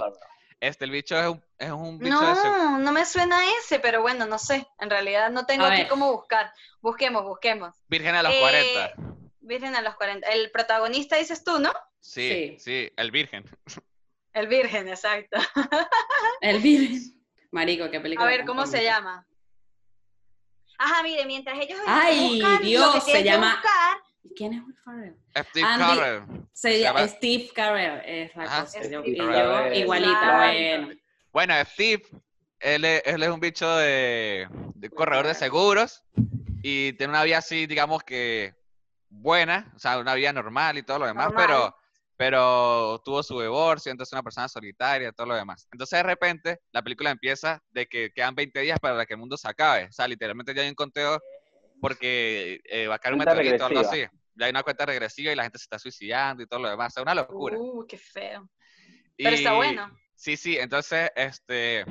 Speaker 2: Este, el bicho es un, es un bicho de seg-
Speaker 5: No, no me suena a ese, pero bueno, no sé. En realidad no tengo
Speaker 1: A
Speaker 5: aquí
Speaker 1: ver.
Speaker 5: cómo buscar. Busquemos, busquemos.
Speaker 2: virgen a los
Speaker 5: Eh,
Speaker 2: 40.
Speaker 5: Virgen a los 40. El protagonista dices tú, ¿no?
Speaker 2: Sí, sí, el virgen.
Speaker 5: El Virgen, exacto.
Speaker 1: El Virgen. Marico, qué película.
Speaker 5: A ver,
Speaker 1: tan
Speaker 5: ¿cómo se
Speaker 1: bonita.
Speaker 5: llama? Ajá, mire, mientras ellos
Speaker 1: Ay,
Speaker 5: buscan lo que
Speaker 1: Dios, se
Speaker 5: tienen que
Speaker 1: llama-
Speaker 5: buscar,
Speaker 1: ¿Quién es Will Ferrell?
Speaker 2: Steve
Speaker 1: Andy-
Speaker 2: Carell.
Speaker 1: Se llama
Speaker 2: llama-
Speaker 1: Steve Carell, es la
Speaker 2: Ajá,
Speaker 1: cosa. yo-
Speaker 5: Steve
Speaker 1: y yo
Speaker 3: Carell.
Speaker 1: igualita,
Speaker 5: Claro.
Speaker 1: bueno.
Speaker 2: Bueno, Steve, él es, él es un bicho de, de corredor de seguros y tiene una vida así, digamos que buena, o sea, una vida normal y todo lo demás,
Speaker 5: Normal.
Speaker 2: pero pero tuvo su divorcio, entonces una persona solitaria, todo lo demás. Entonces de repente la película empieza de que quedan 20 días para que el mundo se acabe, o sea, literalmente ya hay un conteo porque eh, va a caer un
Speaker 3: Cuenta
Speaker 2: meteorito o algo así.
Speaker 3: regresiva.
Speaker 2: Ya hay una cuenta regresiva y la gente se está suicidando y todo lo demás, es una locura.
Speaker 5: Uh, qué feo. Pero está
Speaker 2: Y-
Speaker 5: bueno.
Speaker 2: Sí, sí, entonces este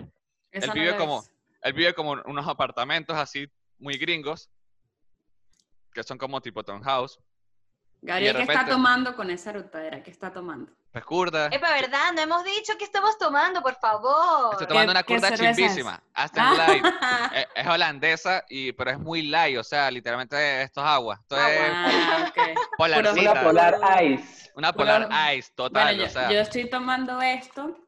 Speaker 1: Esa
Speaker 2: Él vive
Speaker 1: la
Speaker 2: como-
Speaker 1: ves.
Speaker 2: él vive como en unos apartamentos así muy gringos, que son como tipo townhouse,
Speaker 1: Gabriel,
Speaker 2: de
Speaker 1: ¿qué está
Speaker 2: repente-
Speaker 1: tomando con esa rutadera? ¿Qué está
Speaker 5: *laughs*
Speaker 1: tomando?
Speaker 2: pues kurda.
Speaker 5: Epa, ¿verdad? No hemos dicho que estamos tomando, por favor.
Speaker 2: Estoy tomando
Speaker 1: ¿Qué-
Speaker 2: una
Speaker 1: qué
Speaker 2: kurda
Speaker 1: cerveza es?
Speaker 2: chimbísima, Aston Light.
Speaker 1: Ah,
Speaker 2: Eh, Es holandesa, y, pero es muy light, o sea, literalmente esto es agua. Esto es
Speaker 1: ok.
Speaker 2: polarcita.
Speaker 3: Una Polar Ice.
Speaker 2: una polar
Speaker 1: Polar-
Speaker 2: ice, total,
Speaker 1: Bueno, yo,
Speaker 2: o sea.
Speaker 1: yo estoy tomando esto.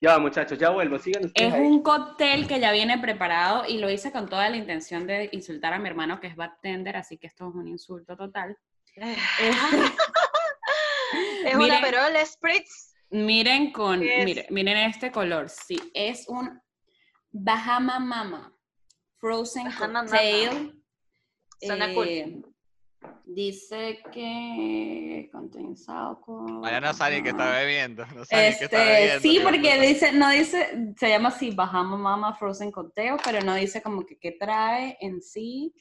Speaker 3: Ya va, muchachos, ya vuelvo. Sigan ustedes
Speaker 1: Es
Speaker 3: ahí.
Speaker 1: un cóctel que ya viene preparado y lo hice con toda la intención de insultar a mi hermano que es bartender, así que esto es un insulto total.
Speaker 5: Ah,
Speaker 1: Este,
Speaker 5: Es
Speaker 1: Miren.
Speaker 5: una perola spritz.
Speaker 1: miren con,
Speaker 5: ¿Qué es?
Speaker 1: mire- miren este color, sí, es un Bahama Mama Frozen
Speaker 5: Bahama
Speaker 1: Cocktail. eh,
Speaker 5: Suena
Speaker 1: Dice que contains alcohol.
Speaker 2: Ahora no sabe ni qué está bebiendo. No sabe ni qué está
Speaker 1: Este,
Speaker 2: bebiendo.
Speaker 1: sí,
Speaker 2: qué
Speaker 1: porque
Speaker 2: puta.
Speaker 1: dice, no dice, se llama así, Bahama Mama Frozen Cocktail, pero no dice como que qué trae en sí.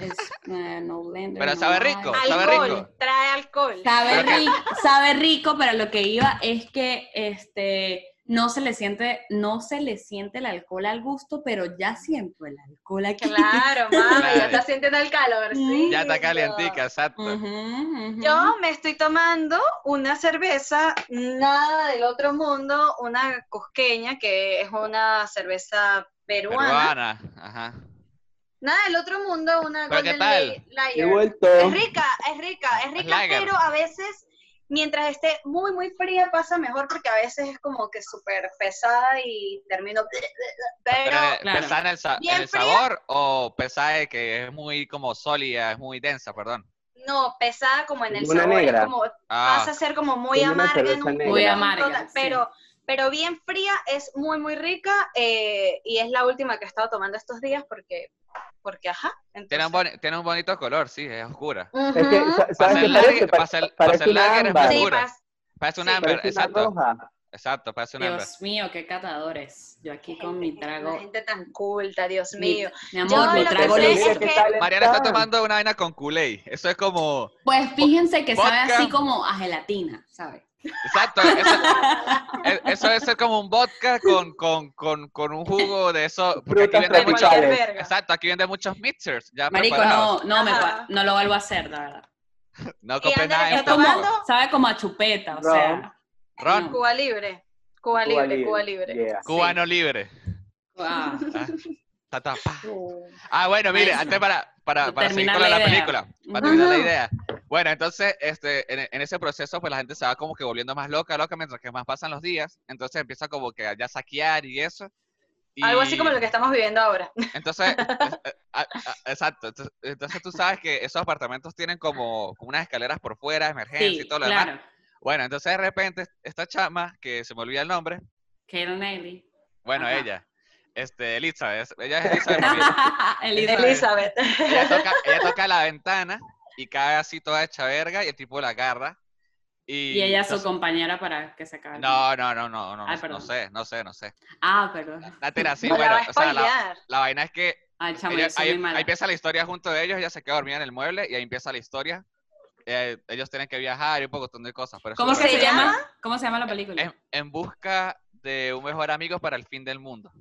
Speaker 1: Es, eh, no blender,
Speaker 2: Pero
Speaker 1: no
Speaker 2: sabe
Speaker 1: ice.
Speaker 2: rico. Oh, Sabe rico.
Speaker 5: Alcohol. Trae alcohol.
Speaker 1: Sabe
Speaker 2: Pero que-
Speaker 1: rico, sabe rico, pero lo que iba es que este no se le siente, no se le siente el alcohol al gusto, pero ya siento el alcohol aquí.
Speaker 5: Claro, mami,
Speaker 2: Claro.
Speaker 5: ya está sintiendo el calor. sí.
Speaker 2: Ya está calientica, exacto.
Speaker 1: Ujú, ujú.
Speaker 5: Yo me estoy tomando una cerveza, nada del otro mundo, una cosqueña, que es una cerveza peruana.
Speaker 2: Peruana. Ajá.
Speaker 5: Nada del otro mundo, una
Speaker 2: ¿Pero qué
Speaker 5: Golden
Speaker 2: tal?
Speaker 5: Lager.
Speaker 3: He vuelto.
Speaker 5: Es rica, es rica, es rica,
Speaker 2: Lager.
Speaker 5: pero a veces, mientras esté muy, muy fría, pasa mejor porque a veces es como que súper pesada y termino. Pero
Speaker 2: Pero,
Speaker 1: claro.
Speaker 2: ¿Pesada en el, sa- en
Speaker 5: Bien
Speaker 2: el
Speaker 5: fría.
Speaker 2: sabor o pesada de que es muy como sólida, es muy densa, perdón?
Speaker 5: no, pesada como en el
Speaker 3: Una
Speaker 5: sabor, es
Speaker 3: negra.
Speaker 5: como
Speaker 2: Ah,
Speaker 5: pasa a ser como muy
Speaker 3: Como una
Speaker 5: amarga en
Speaker 3: cerveza
Speaker 5: un
Speaker 3: negra.
Speaker 1: Muy
Speaker 5: punto,
Speaker 1: amarga,
Speaker 5: pero, pero bien fría, es muy, muy rica eh, y es la última que he estado tomando estos días porque, porque ajá.
Speaker 2: tiene, un
Speaker 5: entonces-
Speaker 2: boni- tiene un bonito color, sí, es oscura.
Speaker 5: Ujú.
Speaker 3: Es que, sa-
Speaker 2: Para
Speaker 3: ¿Sabes
Speaker 2: ser
Speaker 3: qué
Speaker 2: lager,
Speaker 3: parece?
Speaker 2: para
Speaker 3: Pa-
Speaker 2: ser,
Speaker 3: parece una
Speaker 2: lager es
Speaker 3: ámbar.
Speaker 2: más
Speaker 5: Sí,
Speaker 2: oscura.
Speaker 5: pas-
Speaker 2: Parece un
Speaker 5: sí,
Speaker 2: amber,
Speaker 3: Parece una
Speaker 2: exacto.
Speaker 3: roja.
Speaker 2: Exacto, parece un amber.
Speaker 1: Dios mío, qué catadores. Yo aquí con mi
Speaker 5: La
Speaker 1: trago.
Speaker 5: gente tan culta, Dios
Speaker 1: Mi,
Speaker 5: mío.
Speaker 1: mi amor,
Speaker 5: Yo
Speaker 1: mi
Speaker 5: lo que
Speaker 1: trago
Speaker 5: sé
Speaker 1: listo.
Speaker 5: es que-
Speaker 2: Mariana está tomando una vaina con Kool-Aid. Eso es como.
Speaker 1: Pues fíjense que sabe
Speaker 2: Vodka.
Speaker 1: así como a gelatina, ¿sabes?
Speaker 2: Exacto. Eso, e- eso debe ser como un vodka con, con, con, con un jugo de eso. Porque aquí
Speaker 3: Frutas
Speaker 2: venden muchos.
Speaker 5: cualquier
Speaker 3: tropicales.
Speaker 5: verga.
Speaker 2: Exacto, aquí venden muchos mixers. Ya
Speaker 1: Marico,
Speaker 2: preparados.
Speaker 1: no, no, me,
Speaker 5: Ajá.
Speaker 1: no lo vuelvo a hacer, la verdad.
Speaker 2: No,
Speaker 5: Y
Speaker 2: compren
Speaker 5: Andrés
Speaker 2: nada en
Speaker 1: Es
Speaker 5: está
Speaker 1: como,
Speaker 2: Starbucks.
Speaker 5: tomando
Speaker 1: sabe como a chupeta, o
Speaker 3: Ron.
Speaker 1: sea.
Speaker 2: Ron,
Speaker 1: No.
Speaker 5: Cuba Libre, Cuba Libre, Cuba Libre.
Speaker 3: yeah.
Speaker 2: cubano libre.
Speaker 1: ah,
Speaker 2: Ah, ta, ta, pa. Ah, bueno, mire,
Speaker 1: Buenísimo.
Speaker 2: antes para, para, para seguir
Speaker 1: Terminar
Speaker 2: con la,
Speaker 1: la idea.
Speaker 2: película, para
Speaker 1: Ujú.
Speaker 2: terminar la idea. Bueno, entonces, este, en, en ese proceso, pues la gente se va como que volviendo más loca, loca, mientras que más pasan los días, entonces empieza como que a ya saquear y eso. y-
Speaker 5: Algo así como lo que estamos viviendo ahora.
Speaker 2: Entonces, es- eh, a- a- exacto, entonces, entonces tú sabes que esos apartamentos tienen como, como unas escaleras por fuera, emergencia
Speaker 1: sí,
Speaker 2: y todo lo demás.
Speaker 1: claro.
Speaker 2: Bueno, entonces de repente esta chama, que se me olvida el nombre,
Speaker 1: Keira Knightley.
Speaker 2: bueno,
Speaker 1: Ajá.
Speaker 2: ella, este, Elizabeth,
Speaker 1: *laughs*
Speaker 2: ella es Elizabeth. Ramírez.
Speaker 1: Elizabeth.
Speaker 5: Elizabeth.
Speaker 2: ella toca, ella toca la ventana y cae así toda hecha verga y el tipo la agarra. Y,
Speaker 1: Y ella su
Speaker 2: entonces-
Speaker 1: compañera para que se acabe. el-
Speaker 2: No, no, no, no, no,
Speaker 1: Ay,
Speaker 2: no,
Speaker 1: perdón.
Speaker 2: sé, no sé, no sé.
Speaker 1: Ah, perdón.
Speaker 2: La
Speaker 1: *laughs*
Speaker 2: tela sí,
Speaker 5: No la
Speaker 2: bueno,
Speaker 5: va a
Speaker 2: o sea, la,
Speaker 5: spoilear.
Speaker 2: la vaina es que
Speaker 1: Ay, chamo,
Speaker 2: ella-
Speaker 1: yo soy
Speaker 2: ahí,
Speaker 1: muy mala.
Speaker 2: ahí empieza la historia junto de ellos, ella se queda dormida en el mueble y ahí empieza la historia. Eh, ellos tienen que viajar y un montón de cosas. Pero eso
Speaker 1: ¿Cómo
Speaker 2: es
Speaker 1: que se
Speaker 5: ¿Se
Speaker 1: llama? ¿Cómo se llama la película?
Speaker 2: en, en busca de un mejor amigo para el fin del mundo.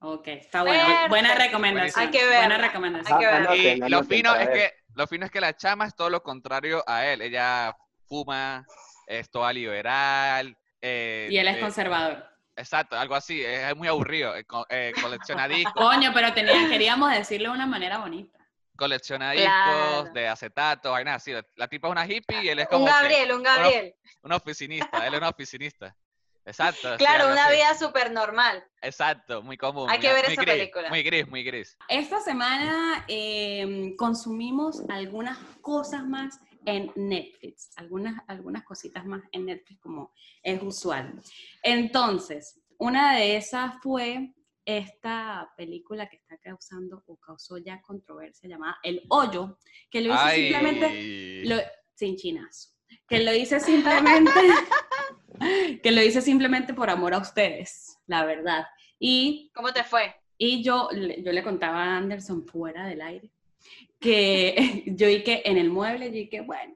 Speaker 1: ok, está bueno. Buena
Speaker 5: Perfecto.
Speaker 1: recomendación.
Speaker 5: Hay que
Speaker 1: Buena
Speaker 5: verla.
Speaker 1: recomendación.
Speaker 5: Hay que ver.
Speaker 2: Y
Speaker 3: Ah, Anoten,
Speaker 2: lo
Speaker 3: anoten
Speaker 2: fino
Speaker 3: para
Speaker 2: es
Speaker 3: ver.
Speaker 2: que lo fino es que la chama es todo lo contrario a él. Ella fuma, es toda liberal. eh,
Speaker 1: Y él es
Speaker 2: eh,
Speaker 1: conservador.
Speaker 2: Exacto, algo así. Es,
Speaker 1: *laughs*
Speaker 2: es muy aburrido. eh, co- eh, colecciona discos.
Speaker 1: Coño, pero tenía- queríamos decirlo de una manera bonita.
Speaker 2: colecciona discos
Speaker 5: Claro.
Speaker 2: de acetato, vainas así. La, la tipa es una hippie y él es como
Speaker 5: Un
Speaker 2: que
Speaker 5: Gabriel, un Gabriel.
Speaker 2: un oficinista, él es un oficinista. Exacto. sí,
Speaker 5: Claro,
Speaker 2: algo
Speaker 5: una
Speaker 2: así.
Speaker 5: vida súper normal.
Speaker 2: Exacto, muy común.
Speaker 5: Hay
Speaker 2: muy-
Speaker 5: que ver
Speaker 2: muy
Speaker 5: esa
Speaker 2: gris,
Speaker 5: película.
Speaker 2: Muy gris, muy gris.
Speaker 1: Esta semana eh, consumimos algunas cosas más en Netflix, algunas, algunas cositas más en Netflix como es usual. Entonces, una de esas fue esta película que está causando o causó ya controversia llamada El Hoyo, que lo hice simplemente
Speaker 2: Ay,
Speaker 1: lo, sin chinazo, que lo hice simplemente, que lo hice simplemente por amor a ustedes, la verdad. Y
Speaker 5: ¿Cómo te fue?
Speaker 1: y yo, le- yo le contaba a Anderson fuera del aire que *laughs* yo y que en el mueble, yo y que bueno,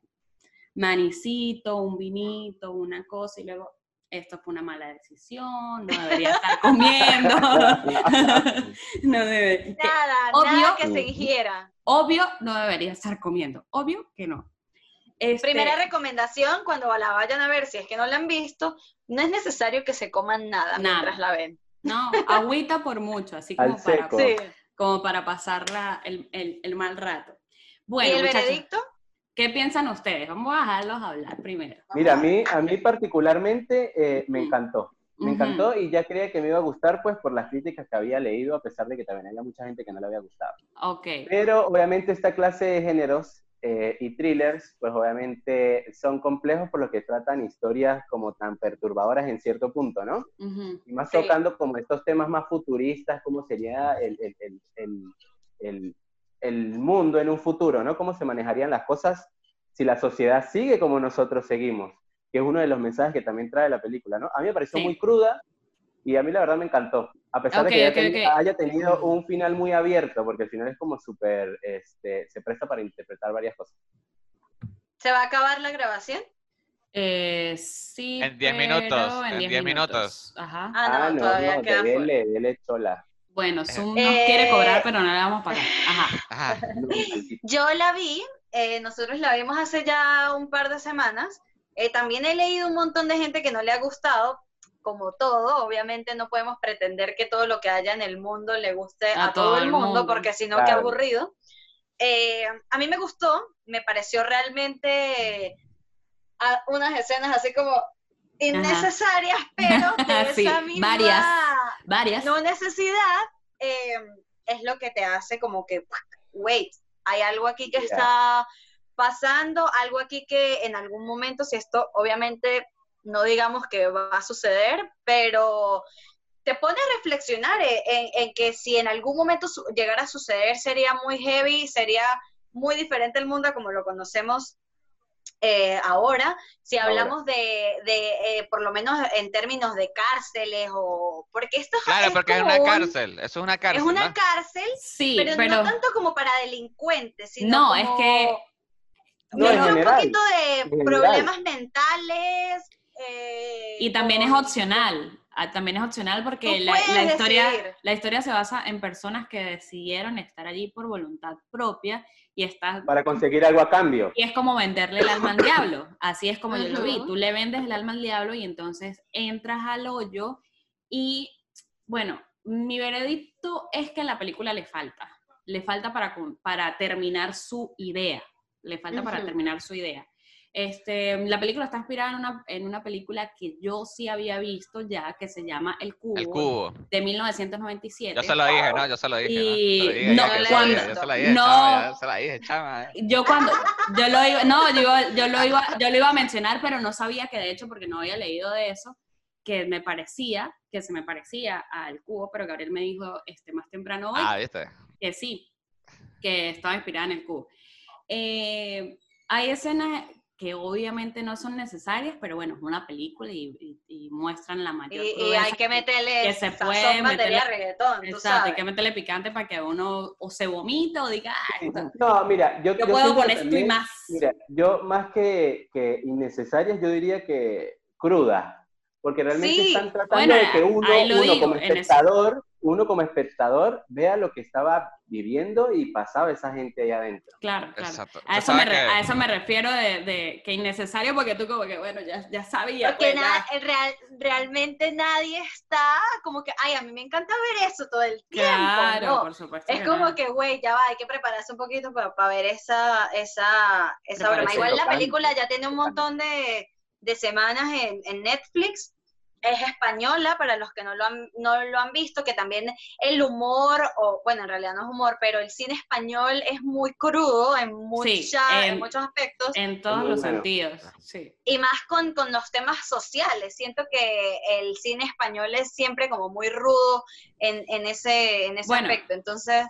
Speaker 1: manicito, un vinito, una cosa, y luego esto fue una mala decisión, no debería estar comiendo. *laughs* no debe- que-
Speaker 5: Nada,
Speaker 1: obvio.
Speaker 5: nada que se ingiera.
Speaker 1: obvio, no debería estar comiendo, obvio que no. Este,
Speaker 5: Primera recomendación, cuando la vayan a ver, si es que no la han visto, no es necesario que se coman nada,
Speaker 1: Nada.
Speaker 5: mientras la ven.
Speaker 1: no, agüita por mucho, así
Speaker 3: Al
Speaker 1: como, para,
Speaker 3: seco.
Speaker 5: Sí.
Speaker 1: como para pasar la- el, el- el mal rato.
Speaker 5: ¿Y
Speaker 1: Bueno,
Speaker 5: el
Speaker 1: muchachos,
Speaker 5: veredicto?
Speaker 1: ¿qué piensan ustedes? Vamos a dejarlos hablar primero.
Speaker 3: Mira, a mí, a mí particularmente eh, me encantó. Me
Speaker 1: Ujú.
Speaker 3: encantó y ya creía que me iba a gustar pues por las críticas que había leído, a pesar de que también había mucha gente que no le había gustado.
Speaker 1: Ok,
Speaker 3: Pero obviamente esta clase de géneros eh, y thrillers, pues obviamente son complejos por lo que tratan historias como tan perturbadoras en cierto punto, ¿no?
Speaker 1: ujú,
Speaker 3: Y más
Speaker 5: Sí.
Speaker 3: tocando como estos temas más futuristas, cómo sería el, el- el- el- el- el mundo en un futuro, ¿no? Cómo se manejarían las cosas si la sociedad sigue como nosotros seguimos, que es uno de los mensajes que también trae la película, ¿no? A mí me pareció
Speaker 1: Sí.
Speaker 3: muy cruda y a mí la verdad me encantó, a pesar
Speaker 1: Ok,
Speaker 3: de que
Speaker 1: ok,
Speaker 3: ya tenía-
Speaker 1: ok.
Speaker 3: haya tenido un final muy abierto, porque el final es como súper, este, se presta para interpretar varias cosas.
Speaker 5: ¿Se va a acabar la grabación?
Speaker 1: Eh, sí,
Speaker 2: En 10
Speaker 1: pero
Speaker 2: minutos, en 10 minutos.
Speaker 1: Ajá.
Speaker 5: Ah, no, todavía
Speaker 3: no,
Speaker 5: queda full.
Speaker 3: dele, dele chola. *laughs*
Speaker 1: Bueno, Zoom
Speaker 5: Eh,
Speaker 1: nos quiere cobrar, pero no le vamos a pagar. Ajá.
Speaker 2: ajá.
Speaker 3: No, maldito.
Speaker 5: Yo la vi, eh, nosotros la vimos hace ya un par de semanas. Eh, también he leído un montón de gente que no le ha gustado, como todo. Obviamente no podemos pretender que todo lo que haya en el mundo le guste a, todo, el mundo, porque si no, qué
Speaker 3: Claro.
Speaker 5: aburrido. Eh, a mí me gustó, me pareció realmente eh, a- unas escenas así como innecesarias, *laughs* pero de
Speaker 1: Sí,
Speaker 5: esa misma
Speaker 1: varias. Varias.
Speaker 5: no necesidad eh, es lo que te hace como que, wait, hay algo aquí que
Speaker 3: Ya.
Speaker 5: está pasando, algo aquí que en algún momento, si esto obviamente no digamos que va a suceder, pero te pone a reflexionar eh, en, en que si en algún momento su- llegara a suceder sería muy heavy, sería muy diferente el mundo a como lo conocemos eh, ahora. Si
Speaker 3: Ahora.
Speaker 5: hablamos de, de, eh, por lo menos en términos de cárceles o... Porque esto es-
Speaker 2: Claro,
Speaker 5: es
Speaker 2: porque es
Speaker 5: como
Speaker 2: una
Speaker 5: un-
Speaker 2: cárcel. Eso es una cárcel.
Speaker 5: es una
Speaker 2: ¿no?
Speaker 5: cárcel,
Speaker 1: Sí,
Speaker 5: pero,
Speaker 1: pero,
Speaker 5: no tanto como para delincuentes, sino
Speaker 1: No,
Speaker 5: como-
Speaker 1: es que-
Speaker 3: No, en
Speaker 5: tiene un
Speaker 3: general.
Speaker 5: poquito de
Speaker 3: en general.
Speaker 5: problemas mentales. eh,
Speaker 1: y también
Speaker 5: o-
Speaker 1: es opcional. Ah, También es opcional porque
Speaker 5: Tú
Speaker 1: la, la
Speaker 5: puedes decidir.
Speaker 1: historia, la historia se basa en personas que decidieron estar allí por voluntad propia y estás
Speaker 3: Para conseguir algo a cambio.
Speaker 1: Y es como venderle el alma al diablo. Así es como yo lo vi.
Speaker 5: Ajá.
Speaker 1: Tú le vendes el alma al diablo y entonces entras al hoyo. Y bueno, mi veredicto es que la película le falta. Le falta para, con- para terminar su idea. Le falta para
Speaker 5: Ujú.
Speaker 1: terminar su idea. Este, la película está inspirada en una, en una película que yo sí había visto ya, que se llama El Cubo,
Speaker 2: El cubo.
Speaker 1: de 1997.
Speaker 2: Yo se lo dije, ¿no? Yo se lo dije.
Speaker 1: Y-
Speaker 2: ¿no? Se lo dije,
Speaker 1: no,
Speaker 2: que se lo
Speaker 5: cuando-
Speaker 2: dije, yo se lo dije,
Speaker 1: no.
Speaker 2: chama, yo se lo dije, chama.
Speaker 1: yo cuando yo lo iba, no, yo, iba- yo lo iba, yo lo iba a mencionar, pero no sabía que de hecho porque no había leído de eso que me parecía, que se me parecía al cubo, pero Gabriel me dijo este más temprano hoy
Speaker 2: Ah, ¿viste?
Speaker 1: que sí, que estaba inspirada en el cubo. Eh, hay escenas que obviamente no son necesarias, pero bueno, es una película y, y- y muestran la
Speaker 5: Y,
Speaker 1: mayor
Speaker 5: y
Speaker 1: crudeza
Speaker 5: hay que meterle
Speaker 1: que se
Speaker 5: sazón,
Speaker 1: puede,
Speaker 5: batería,
Speaker 1: meterle-
Speaker 5: reggaetón, tú
Speaker 1: Exacto, hay
Speaker 5: sabes.
Speaker 1: que meterle picante para que uno o se vomita o diga, "Ah, esto-
Speaker 3: No, mira, yo,
Speaker 1: yo
Speaker 3: yo
Speaker 1: puedo
Speaker 3: siento
Speaker 1: con
Speaker 3: que
Speaker 1: esto y
Speaker 3: también-
Speaker 1: más.
Speaker 3: Mira, yo más que, que innecesarias, yo diría que crudas, porque realmente
Speaker 5: Sí,
Speaker 3: están tratando
Speaker 1: bueno,
Speaker 3: de que uno,
Speaker 1: ahí lo
Speaker 3: uno
Speaker 1: digo,
Speaker 3: como
Speaker 1: en eso.
Speaker 3: espectador uno como espectador vea lo que estaba viviendo y pasaba esa gente
Speaker 1: *laughs*
Speaker 3: allá adentro.
Speaker 1: Claro, claro.
Speaker 2: Exacto.
Speaker 1: A
Speaker 2: Yo
Speaker 1: eso, me
Speaker 2: estaba
Speaker 1: re-
Speaker 2: que-
Speaker 1: a eso me refiero de, de que innecesario porque tú como que, bueno, ya, ya sabía. pues,
Speaker 5: Porque
Speaker 1: ya.
Speaker 5: na- real- realmente nadie está como que, ay, a mí me encanta ver eso todo el tiempo.
Speaker 1: Claro,
Speaker 5: ¿no?
Speaker 1: por supuesto.
Speaker 5: Es como
Speaker 1: no.
Speaker 5: que, güey, ya va, hay que prepararse un poquito para, ver esa, esa, esa
Speaker 1: Me
Speaker 5: broma.
Speaker 1: parece
Speaker 5: Igual la
Speaker 3: chocante,
Speaker 5: película ya tiene un montón de, de semanas en, en Netflix. Es española, para los que no lo, han, no lo han visto, que también el humor, o bueno, en realidad no es humor, pero el cine español es muy crudo en, mucha-
Speaker 1: en-
Speaker 5: en muchos aspectos
Speaker 1: En todos
Speaker 3: Muy
Speaker 1: los
Speaker 3: bueno.
Speaker 1: sentidos, sí. *laughs*
Speaker 5: y más con, con los temas sociales. Siento que el cine español es siempre como muy rudo en, en ese, en ese
Speaker 1: Bueno.
Speaker 5: aspecto. Entonces,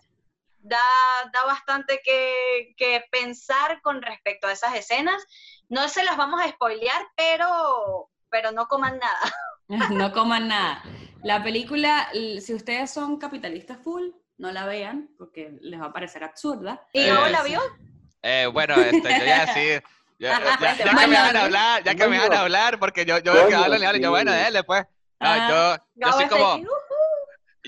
Speaker 5: da, da bastante que, que pensar con respecto a esas escenas. No se las vamos a spoilear, pero, pero no coman nada. *laughs*
Speaker 1: No coman nada. La película, l- si ustedes son capitalistas full, no la vean porque les va a parecer absurda.
Speaker 5: ¿Y
Speaker 2: Eh,
Speaker 5: luego la
Speaker 1: sí.
Speaker 5: vio?
Speaker 2: Eh, bueno, este, yo ya sí. Ya, ya- ya que me
Speaker 1: Bueno,
Speaker 2: van a hablar, ya que me van a
Speaker 3: coño.
Speaker 2: hablar, porque yo, yo veo que
Speaker 3: Coño,
Speaker 2: hablan y hablan, yo,
Speaker 3: sí.
Speaker 2: bueno, dale, pues. No,
Speaker 1: Ah,
Speaker 2: yo, yo soy
Speaker 5: Gabo
Speaker 2: como,
Speaker 5: está aquí, "Uh".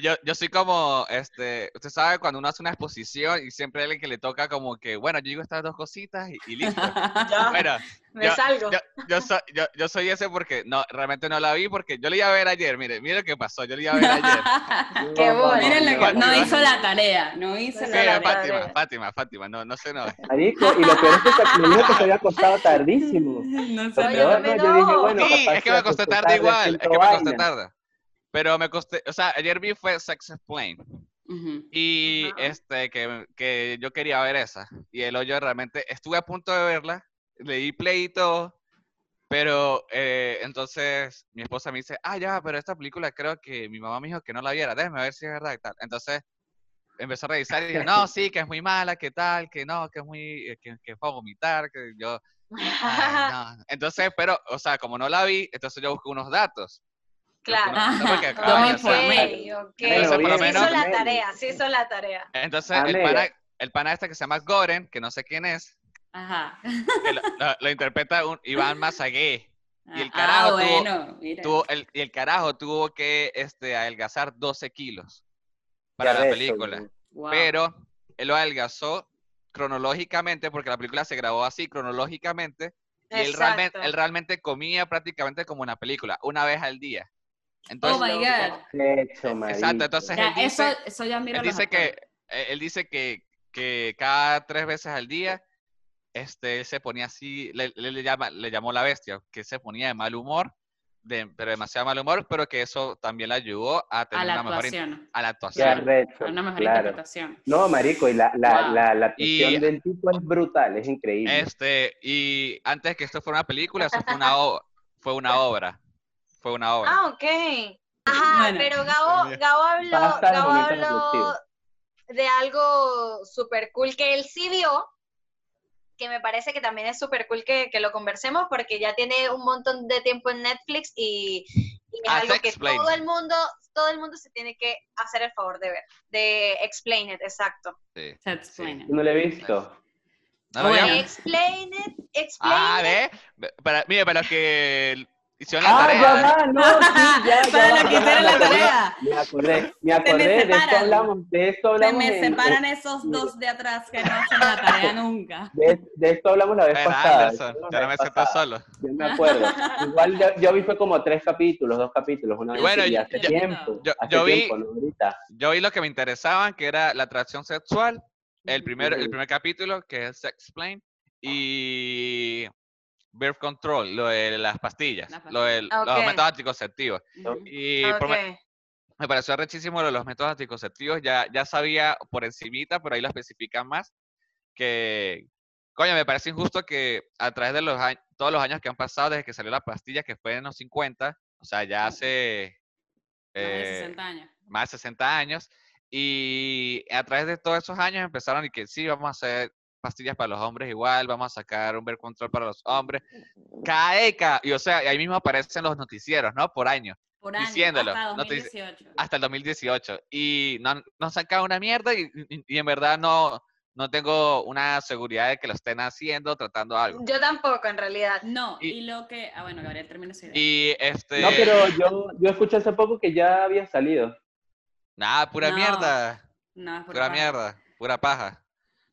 Speaker 2: yo, yo soy como, este, usted sabe cuando uno hace una exposición y siempre hay alguien que le toca como que, bueno, yo digo estas dos cositas y, y listo.
Speaker 5: Ya,
Speaker 2: Bueno,
Speaker 5: me salgo. *laughs*
Speaker 2: yo, yo, soy, yo, yo soy ese porque, no, realmente no la vi porque yo la iba a ver ayer, mire, mire lo que pasó, yo la iba a ver ayer.
Speaker 5: Qué
Speaker 3: No,
Speaker 5: bola.
Speaker 1: Miren lo que
Speaker 2: Fátima.
Speaker 1: no hizo la tarea, no hizo
Speaker 5: Sí,
Speaker 2: Sí,
Speaker 1: la tarea.
Speaker 2: Fátima, Fátima, Fátima, no, no sé, no.
Speaker 3: Marico, y lo peor es que se, me dijo que se había acostado tardísimo.
Speaker 1: *laughs* No
Speaker 3: Lo
Speaker 1: sé.
Speaker 5: Oye,
Speaker 3: peor,
Speaker 5: me
Speaker 3: ¿no? Yo dije,
Speaker 5: no.
Speaker 3: bueno,
Speaker 2: Sí,
Speaker 3: capaz
Speaker 2: es que
Speaker 3: se
Speaker 2: me acosté
Speaker 3: acostó
Speaker 2: tarde igual, es
Speaker 3: haciendo
Speaker 2: que me acosté
Speaker 3: vaina.
Speaker 2: tarde. Pero me costé, o sea, ayer vi fue Sex Explained.
Speaker 1: Ujú.
Speaker 2: Y
Speaker 5: Ajá.
Speaker 2: este, que, que yo quería ver esa. Y el hoyo realmente, estuve a punto de verla, le di play y todo, pero eh, entonces mi esposa me dice, ah, ya, pero esta película creo que mi mamá me dijo que no la viera, déjame ver si es verdad y tal. Entonces empezó a revisar y dije, no, sí, que es muy mala, que tal, que no, que es muy, eh, que, que fue a vomitar, que yo...
Speaker 5: *laughs*
Speaker 2: ay, no. Entonces, pero, o sea, como no la vi, entonces yo busqué unos datos. Yo busqué
Speaker 5: Claro.
Speaker 2: unos datos porque,
Speaker 1: *laughs* Ajá.
Speaker 2: ah,
Speaker 1: Toma
Speaker 2: ya sabes.
Speaker 1: informe.
Speaker 5: Ok, ok.
Speaker 2: Entonces, por lo
Speaker 5: Sí
Speaker 2: menos-
Speaker 5: hizo la tarea, sí hizo la tarea.
Speaker 2: Entonces,
Speaker 3: Ah,
Speaker 2: el
Speaker 3: mira.
Speaker 2: pana, el pana este que se llama Goren, que no sé quién es,
Speaker 1: Ajá.
Speaker 2: que lo, lo- lo interpreta un Iván Mazagué. Y el
Speaker 1: Ah,
Speaker 2: carajo tuvo-
Speaker 1: bueno, mira.
Speaker 2: Tuvo, el, y el carajo tuvo que este, adelgazar 12 kilos para
Speaker 3: Qué
Speaker 2: la
Speaker 3: arrecho,
Speaker 2: película.
Speaker 3: güey.
Speaker 1: Wow.
Speaker 2: Pero él lo adelgazó cronológicamente, porque la película se grabó así, cronológicamente, y él realmente,
Speaker 5: Exacto.
Speaker 2: él realmente comía prácticamente como una película, una vez al día.
Speaker 1: Oh
Speaker 2: Entonces,
Speaker 1: my god.
Speaker 3: Arrecho, marico.
Speaker 2: exacto, entonces
Speaker 1: Ya,
Speaker 2: él dice,
Speaker 1: eso, eso ya mira
Speaker 2: Él dice que, eh, él dice que, que cada tres veces al día, este, él se ponía así, le, le- le llama, le llamó la bestia, que se ponía de mal humor, de, pero demasiado mal humor, pero que eso también le ayudó a
Speaker 1: a
Speaker 2: tener
Speaker 1: la
Speaker 2: una mejor in-
Speaker 1: actuación,
Speaker 2: a la
Speaker 3: Qué
Speaker 2: actuación.
Speaker 3: arrecho,
Speaker 1: a una mejor
Speaker 3: claro.
Speaker 1: interpretación.
Speaker 3: No, marico, y la, la,
Speaker 1: Wow.
Speaker 3: la, la actuación
Speaker 2: Y-
Speaker 3: del tipo es brutal, es increíble.
Speaker 2: Este, y antes que esto fuera una película, eso fue una, o- fue una obra. Fue una obra.
Speaker 5: Ah, ok. Ajá,
Speaker 1: Bueno.
Speaker 5: pero Gabo,
Speaker 2: Bien.
Speaker 5: Gabo habló,
Speaker 3: Basta de
Speaker 5: Gabo
Speaker 3: momentos
Speaker 5: habló
Speaker 3: reflexivos.
Speaker 5: de algo súper cool que él sí vio, que me parece que también es súper cool que, que lo conversemos porque ya tiene un montón de tiempo en Netflix y, y es
Speaker 2: Ah,
Speaker 5: algo
Speaker 2: Sex
Speaker 5: que
Speaker 2: Explained.
Speaker 5: todo el mundo, todo el mundo se tiene que hacer el favor de ver, de Explain It, exacto.
Speaker 2: sí.
Speaker 1: That's plain.
Speaker 3: No lo he visto.
Speaker 2: ¿No lo
Speaker 1: Bueno.
Speaker 2: vieron?
Speaker 5: Explain It, Explain
Speaker 2: Ah,
Speaker 5: It.
Speaker 2: ve. ve, Para, mira, para los que hicieron la
Speaker 3: Ah,
Speaker 2: tarea.
Speaker 3: ya va, no, sí, ya,
Speaker 1: *laughs*
Speaker 3: ya
Speaker 1: Para
Speaker 3: va,
Speaker 1: los que
Speaker 3: ya va,
Speaker 1: hicieron la
Speaker 3: me acordé,
Speaker 1: tarea.
Speaker 3: Me acordé, me
Speaker 1: Se me
Speaker 3: acordé, de esto
Speaker 1: separan.
Speaker 3: hablamos, de esto
Speaker 1: Se
Speaker 3: hablamos.
Speaker 1: me
Speaker 3: en-
Speaker 1: separan esos dos de atrás que no hacen la tarea
Speaker 2: *laughs*
Speaker 1: nunca.
Speaker 3: de, de esto hablamos la vez
Speaker 2: Espera,
Speaker 3: pasada.
Speaker 2: Anderson,
Speaker 3: hablamos la
Speaker 2: ya no me
Speaker 3: vez
Speaker 2: siento
Speaker 3: pasada,
Speaker 2: solo.
Speaker 3: Yo me acuerdo. Igual yo, yo vi fue como tres capítulos, dos capítulos, una vez
Speaker 2: Bueno,
Speaker 3: y
Speaker 2: yo-
Speaker 3: hace
Speaker 2: yo-
Speaker 3: tiempo.
Speaker 2: yo-
Speaker 3: hace
Speaker 2: yo vi-
Speaker 3: tiempo, no ahorita.
Speaker 2: yo vi lo que me interesaban, que era la atracción sexual, el *laughs* primer, el
Speaker 3: Ujú.
Speaker 2: primer capítulo, que es Sex Plane, y Birth Control, lo de las pastillas,
Speaker 1: Las
Speaker 2: lo de
Speaker 5: pastillas.
Speaker 2: los
Speaker 5: Ok.
Speaker 2: métodos anticonceptivos.
Speaker 1: Ujú.
Speaker 2: Y
Speaker 5: Ah,
Speaker 2: por me-
Speaker 5: ok.
Speaker 2: me pareció rechísimo lo de los métodos anticonceptivos, ya, ya sabía por encimita, pero ahí lo especifican más, que, coño, me parece injusto que a través de los años, todos los años que han pasado desde que salió la pastilla, que fue en los 50, o sea, ya hace...
Speaker 1: Más de
Speaker 2: eh,
Speaker 1: 60 años.
Speaker 2: más de 60 años, y a través de todos esos años empezaron y que sí, vamos a hacer pastillas para los hombres igual, vamos a sacar un ver control para los hombres, cada década, y o sea, y ahí mismo aparecen los noticieros, ¿no? Por año,
Speaker 1: Por año,
Speaker 2: diciéndolo,
Speaker 1: hasta
Speaker 2: no te dice- Ah,
Speaker 1: 2018.
Speaker 2: hasta el 2018, y no, han- no han sacado una mierda y, y- y en verdad no, no tengo una seguridad de que lo estén haciendo, tratando algo.
Speaker 5: Yo tampoco, en realidad.
Speaker 1: No, y,
Speaker 2: y-
Speaker 1: lo que... Ah, bueno, Gabriel, termina su idea.
Speaker 2: Y este...
Speaker 3: No, pero yo, yo escuché hace poco que ya había salido.
Speaker 2: Nada, pura
Speaker 1: No,
Speaker 2: mierda.
Speaker 1: No, es por
Speaker 2: Pura
Speaker 1: paja.
Speaker 2: mierda. Pura paja.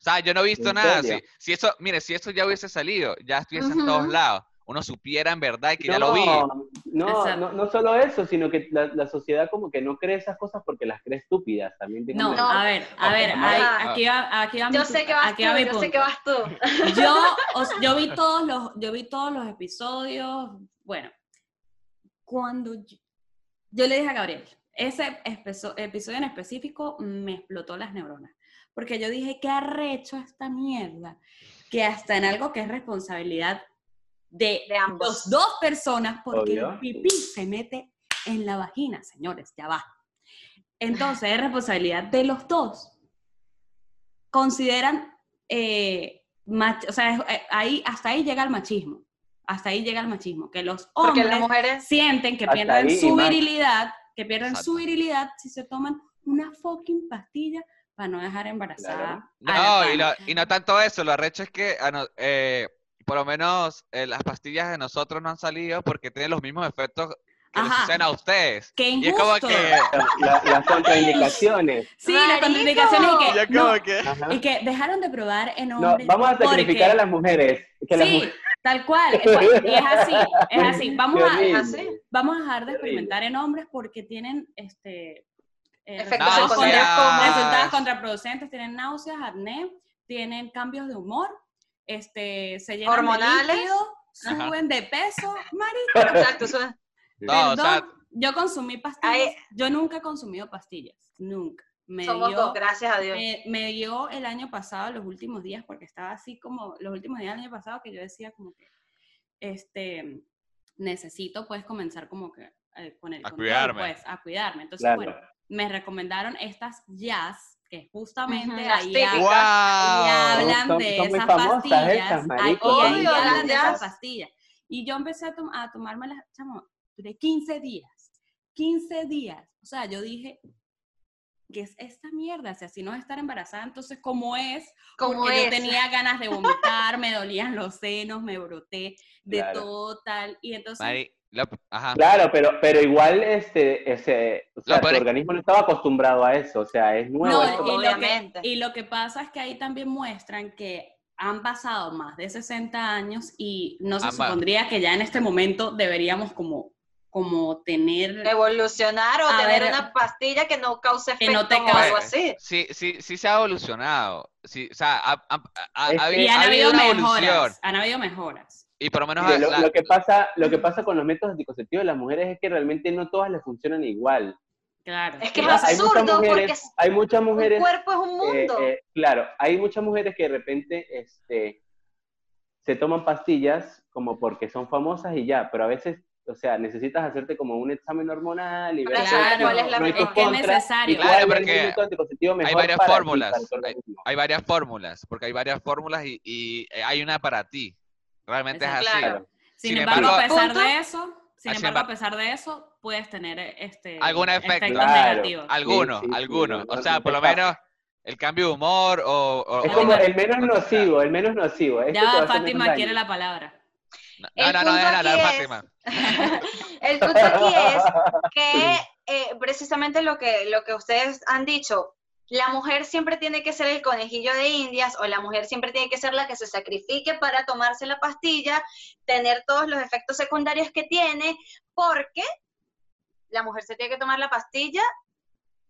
Speaker 2: O sea, yo no he visto
Speaker 3: ¿En
Speaker 2: nada. Si,
Speaker 3: serio?
Speaker 2: si eso, mire, si eso ya hubiese salido, ya estuviese en
Speaker 5: Ujú.
Speaker 2: todos lados. Uno supiera en verdad que ya lo vi.
Speaker 3: No, no,
Speaker 1: Exacto.
Speaker 3: no, no solo eso, sino que la, la sociedad como que no cree esas cosas porque las cree estúpidas. También tengo
Speaker 1: No,
Speaker 3: una-
Speaker 1: a ver, a ver,
Speaker 2: Ajá.
Speaker 1: ahí- aquí va, aquí va mi
Speaker 5: Yo
Speaker 1: pu-
Speaker 5: sé que vas
Speaker 1: aquí
Speaker 5: tú,
Speaker 1: va mi
Speaker 5: yo sé
Speaker 1: punto.
Speaker 5: que vas tú.
Speaker 1: Yo, o sea, yo vi todos los, yo vi todos los episodios. Bueno, cuando yo, yo le dije a Gabriel, ese espeso- episodio en específico me explotó las neuronas. Porque yo dije, qué arrecho esta mierda. Que hasta en algo que es responsabilidad de,
Speaker 5: De ambos.
Speaker 1: los dos personas, porque
Speaker 3: Obvio.
Speaker 1: el pipí se mete en la vagina, señores, ya va. Entonces, es responsabilidad de los dos. Consideran, eh, mach- o sea, es- eh, ahí, hasta ahí llega el machismo. Hasta ahí llega el machismo. Que los
Speaker 5: Porque
Speaker 1: hombres
Speaker 5: las mujeres.
Speaker 1: sienten que
Speaker 3: Hasta
Speaker 1: pierden
Speaker 3: ahí y
Speaker 1: su
Speaker 3: más.
Speaker 1: virilidad, que pierden
Speaker 2: Exacto.
Speaker 1: su virilidad si se toman una fucking pastilla para no dejar embarazada. a la
Speaker 2: No, y,
Speaker 1: pana.
Speaker 2: lo- y no tanto eso, lo arrecho es que a no- eh, por lo menos eh, las pastillas de nosotros no han salido porque tienen los mismos efectos que les
Speaker 1: Ajá.
Speaker 2: suceden a ustedes.
Speaker 1: Qué
Speaker 2: Y es como
Speaker 1: injusto.
Speaker 2: que...
Speaker 3: La- las
Speaker 1: *laughs*
Speaker 3: contraindicaciones.
Speaker 1: Sí, las
Speaker 5: ¡Marico!
Speaker 1: contraindicaciones y
Speaker 2: *laughs* y
Speaker 1: que,
Speaker 2: es como
Speaker 1: no,
Speaker 2: que-
Speaker 3: Ajá.
Speaker 1: y que dejaron de probar en
Speaker 3: No,
Speaker 1: hombres.
Speaker 3: vamos a sacrificar
Speaker 1: porque-
Speaker 3: a las mujeres. Que las
Speaker 1: Sí,
Speaker 3: mujeres-
Speaker 1: tal cual. es cual- Y es así, es
Speaker 3: *laughs*
Speaker 1: así. Vamos
Speaker 3: Qué
Speaker 1: a,
Speaker 3: horrible.
Speaker 5: así.
Speaker 1: vamos a dejar de
Speaker 3: Terrible.
Speaker 1: experimentar en hombres porque tienen este eh,
Speaker 5: Efectos
Speaker 1: resultados
Speaker 5: secundarios
Speaker 1: contra-
Speaker 5: como-
Speaker 1: resultados contraproducentes, tienen náuseas, acné, tienen cambios de humor, este, se llenan
Speaker 5: Hormonales.
Speaker 1: de líquido,
Speaker 2: Ajá.
Speaker 1: suben de peso, marico.
Speaker 5: Exacto, eso es-
Speaker 2: No, o sea,
Speaker 1: Perdón, yo consumí pastillas,
Speaker 5: Ahí-
Speaker 1: yo nunca he consumido pastillas, nunca. Me
Speaker 5: somos
Speaker 1: dio-
Speaker 5: dos, gracias a Dios.
Speaker 1: me, me dio el año pasado, los últimos días, porque estaba así como, los últimos días del año pasado que yo decía como que, este, necesito pues comenzar como que eh, con el
Speaker 2: A
Speaker 1: control,
Speaker 2: cuidarme.
Speaker 1: Pues, a cuidarme. Entonces,
Speaker 3: Claro.
Speaker 1: bueno, me recomendaron estas jazz, que justamente
Speaker 5: Ujú, las
Speaker 1: ahí
Speaker 5: típicas.
Speaker 1: ha- y
Speaker 2: ¡Wow!
Speaker 1: hablan
Speaker 3: Son-
Speaker 1: de
Speaker 3: son muy
Speaker 1: esas
Speaker 3: famosas
Speaker 1: pastillas.
Speaker 3: esas,
Speaker 1: ahí-
Speaker 3: marico.
Speaker 1: y ahí
Speaker 5: Obvio,
Speaker 1: hablan de
Speaker 5: las
Speaker 1: esas
Speaker 5: jazz.
Speaker 1: pastillas. Y yo empecé a, tom- a tomármelas, chamo, duré 15 días. 15 días. O sea, yo dije, ¿qué es esta mierda? O sea, si no es estar embarazada, entonces, ¿cómo es?
Speaker 5: Como
Speaker 1: Porque yo
Speaker 5: es.
Speaker 1: tenía ganas de vomitar, me dolían los senos, me broté de
Speaker 3: Claro.
Speaker 1: todo tal. Y entonces,
Speaker 2: Mari- lo- ajá.
Speaker 3: Claro, pero, pero igual este, ese, o sea,
Speaker 2: No,
Speaker 3: tu
Speaker 2: pero-
Speaker 3: organismo no estaba acostumbrado a eso, o sea, es nuevo.
Speaker 1: No, eh.
Speaker 3: es como-
Speaker 1: y lo, que,
Speaker 5: pues, obviamente.
Speaker 1: y lo que pasa es que ahí también muestran que han pasado más de 60 años y no se
Speaker 2: Ambas.
Speaker 1: supondría que ya en este momento deberíamos como, como tener...
Speaker 5: Evolucionar o
Speaker 1: A
Speaker 5: tener
Speaker 1: ver.
Speaker 5: una pastilla que no cause
Speaker 1: Que
Speaker 5: efecto
Speaker 1: no te
Speaker 5: o algo
Speaker 2: cause.
Speaker 5: así.
Speaker 2: Sí, sí, sí se ha evolucionado. Sí, o sea, ha, ha- ha- ha-
Speaker 3: Es que-
Speaker 1: Y han
Speaker 2: ha habido
Speaker 1: habido
Speaker 2: una evolución.
Speaker 1: mejoras, han habido mejoras.
Speaker 2: Y por lo menos...
Speaker 3: Mire, lo,
Speaker 2: la-
Speaker 3: lo que pasa, lo que pasa con los métodos anticonceptivos de las mujeres es que realmente no todas les funcionan igual.
Speaker 1: Claro.
Speaker 5: Es que es
Speaker 3: O sea, hay muchas
Speaker 5: absurdo porque
Speaker 3: mujeres- Hay muchas
Speaker 5: un
Speaker 3: mujeres
Speaker 5: cuerpo es un mundo.
Speaker 3: Eh, eh, claro, hay muchas mujeres que de repente este, se toman pastillas como porque son famosas y ya, pero a veces, o sea, necesitas hacerte como un examen hormonal y ver
Speaker 5: Claro,
Speaker 3: qué-
Speaker 5: ¿cuál es la
Speaker 3: no hay
Speaker 5: mejor?
Speaker 3: tus
Speaker 1: Es
Speaker 3: contras,
Speaker 1: necesario.
Speaker 3: y cuál
Speaker 2: Claro,
Speaker 3: es el
Speaker 2: porque
Speaker 3: método anticonceptivo mejor
Speaker 2: varias
Speaker 3: para ti,
Speaker 2: fórmulas,
Speaker 3: para tu organismo.
Speaker 2: hay varias fórmulas, porque hay varias fórmulas y, y eh, hay una para ti. Realmente
Speaker 1: Exacto.
Speaker 2: es así.
Speaker 5: Claro.
Speaker 1: Sin,
Speaker 2: sin
Speaker 1: embargo, a
Speaker 2: embargo-
Speaker 1: pesar
Speaker 5: Punto.
Speaker 1: de eso, sin
Speaker 2: Ah, sin
Speaker 1: embargo, a
Speaker 2: embargo-
Speaker 1: pesar de eso, puedes tener eh, este,
Speaker 2: Algún efecto.
Speaker 1: efectos
Speaker 3: Claro.
Speaker 1: negativos.
Speaker 2: Algunos,
Speaker 3: Sí, sí, sí,
Speaker 2: algunos.
Speaker 3: no,
Speaker 2: o
Speaker 3: no,
Speaker 2: sea,
Speaker 3: no
Speaker 2: por
Speaker 3: te
Speaker 2: lo
Speaker 3: pasa.
Speaker 2: menos el cambio de humor o... o-
Speaker 3: Es
Speaker 2: o-
Speaker 3: como
Speaker 1: Fátima-
Speaker 3: el menos
Speaker 2: no,
Speaker 3: nocivo, el menos nocivo. este te va a
Speaker 1: Ya va,
Speaker 3: hacer menos
Speaker 1: Fátima
Speaker 3: daño.
Speaker 1: quiere la palabra.
Speaker 2: No,
Speaker 5: El
Speaker 2: no, no,
Speaker 5: punto
Speaker 2: dejen
Speaker 5: aquí
Speaker 2: hablar,
Speaker 5: es-
Speaker 2: Fátima.
Speaker 5: El punto aquí es que eh, precisamente lo que, lo que ustedes han dicho, la mujer siempre tiene que ser el conejillo de indias o la mujer siempre tiene que ser la que se sacrifique para tomarse la pastilla, tener todos los efectos secundarios que tiene, porque la mujer se tiene que tomar la pastilla,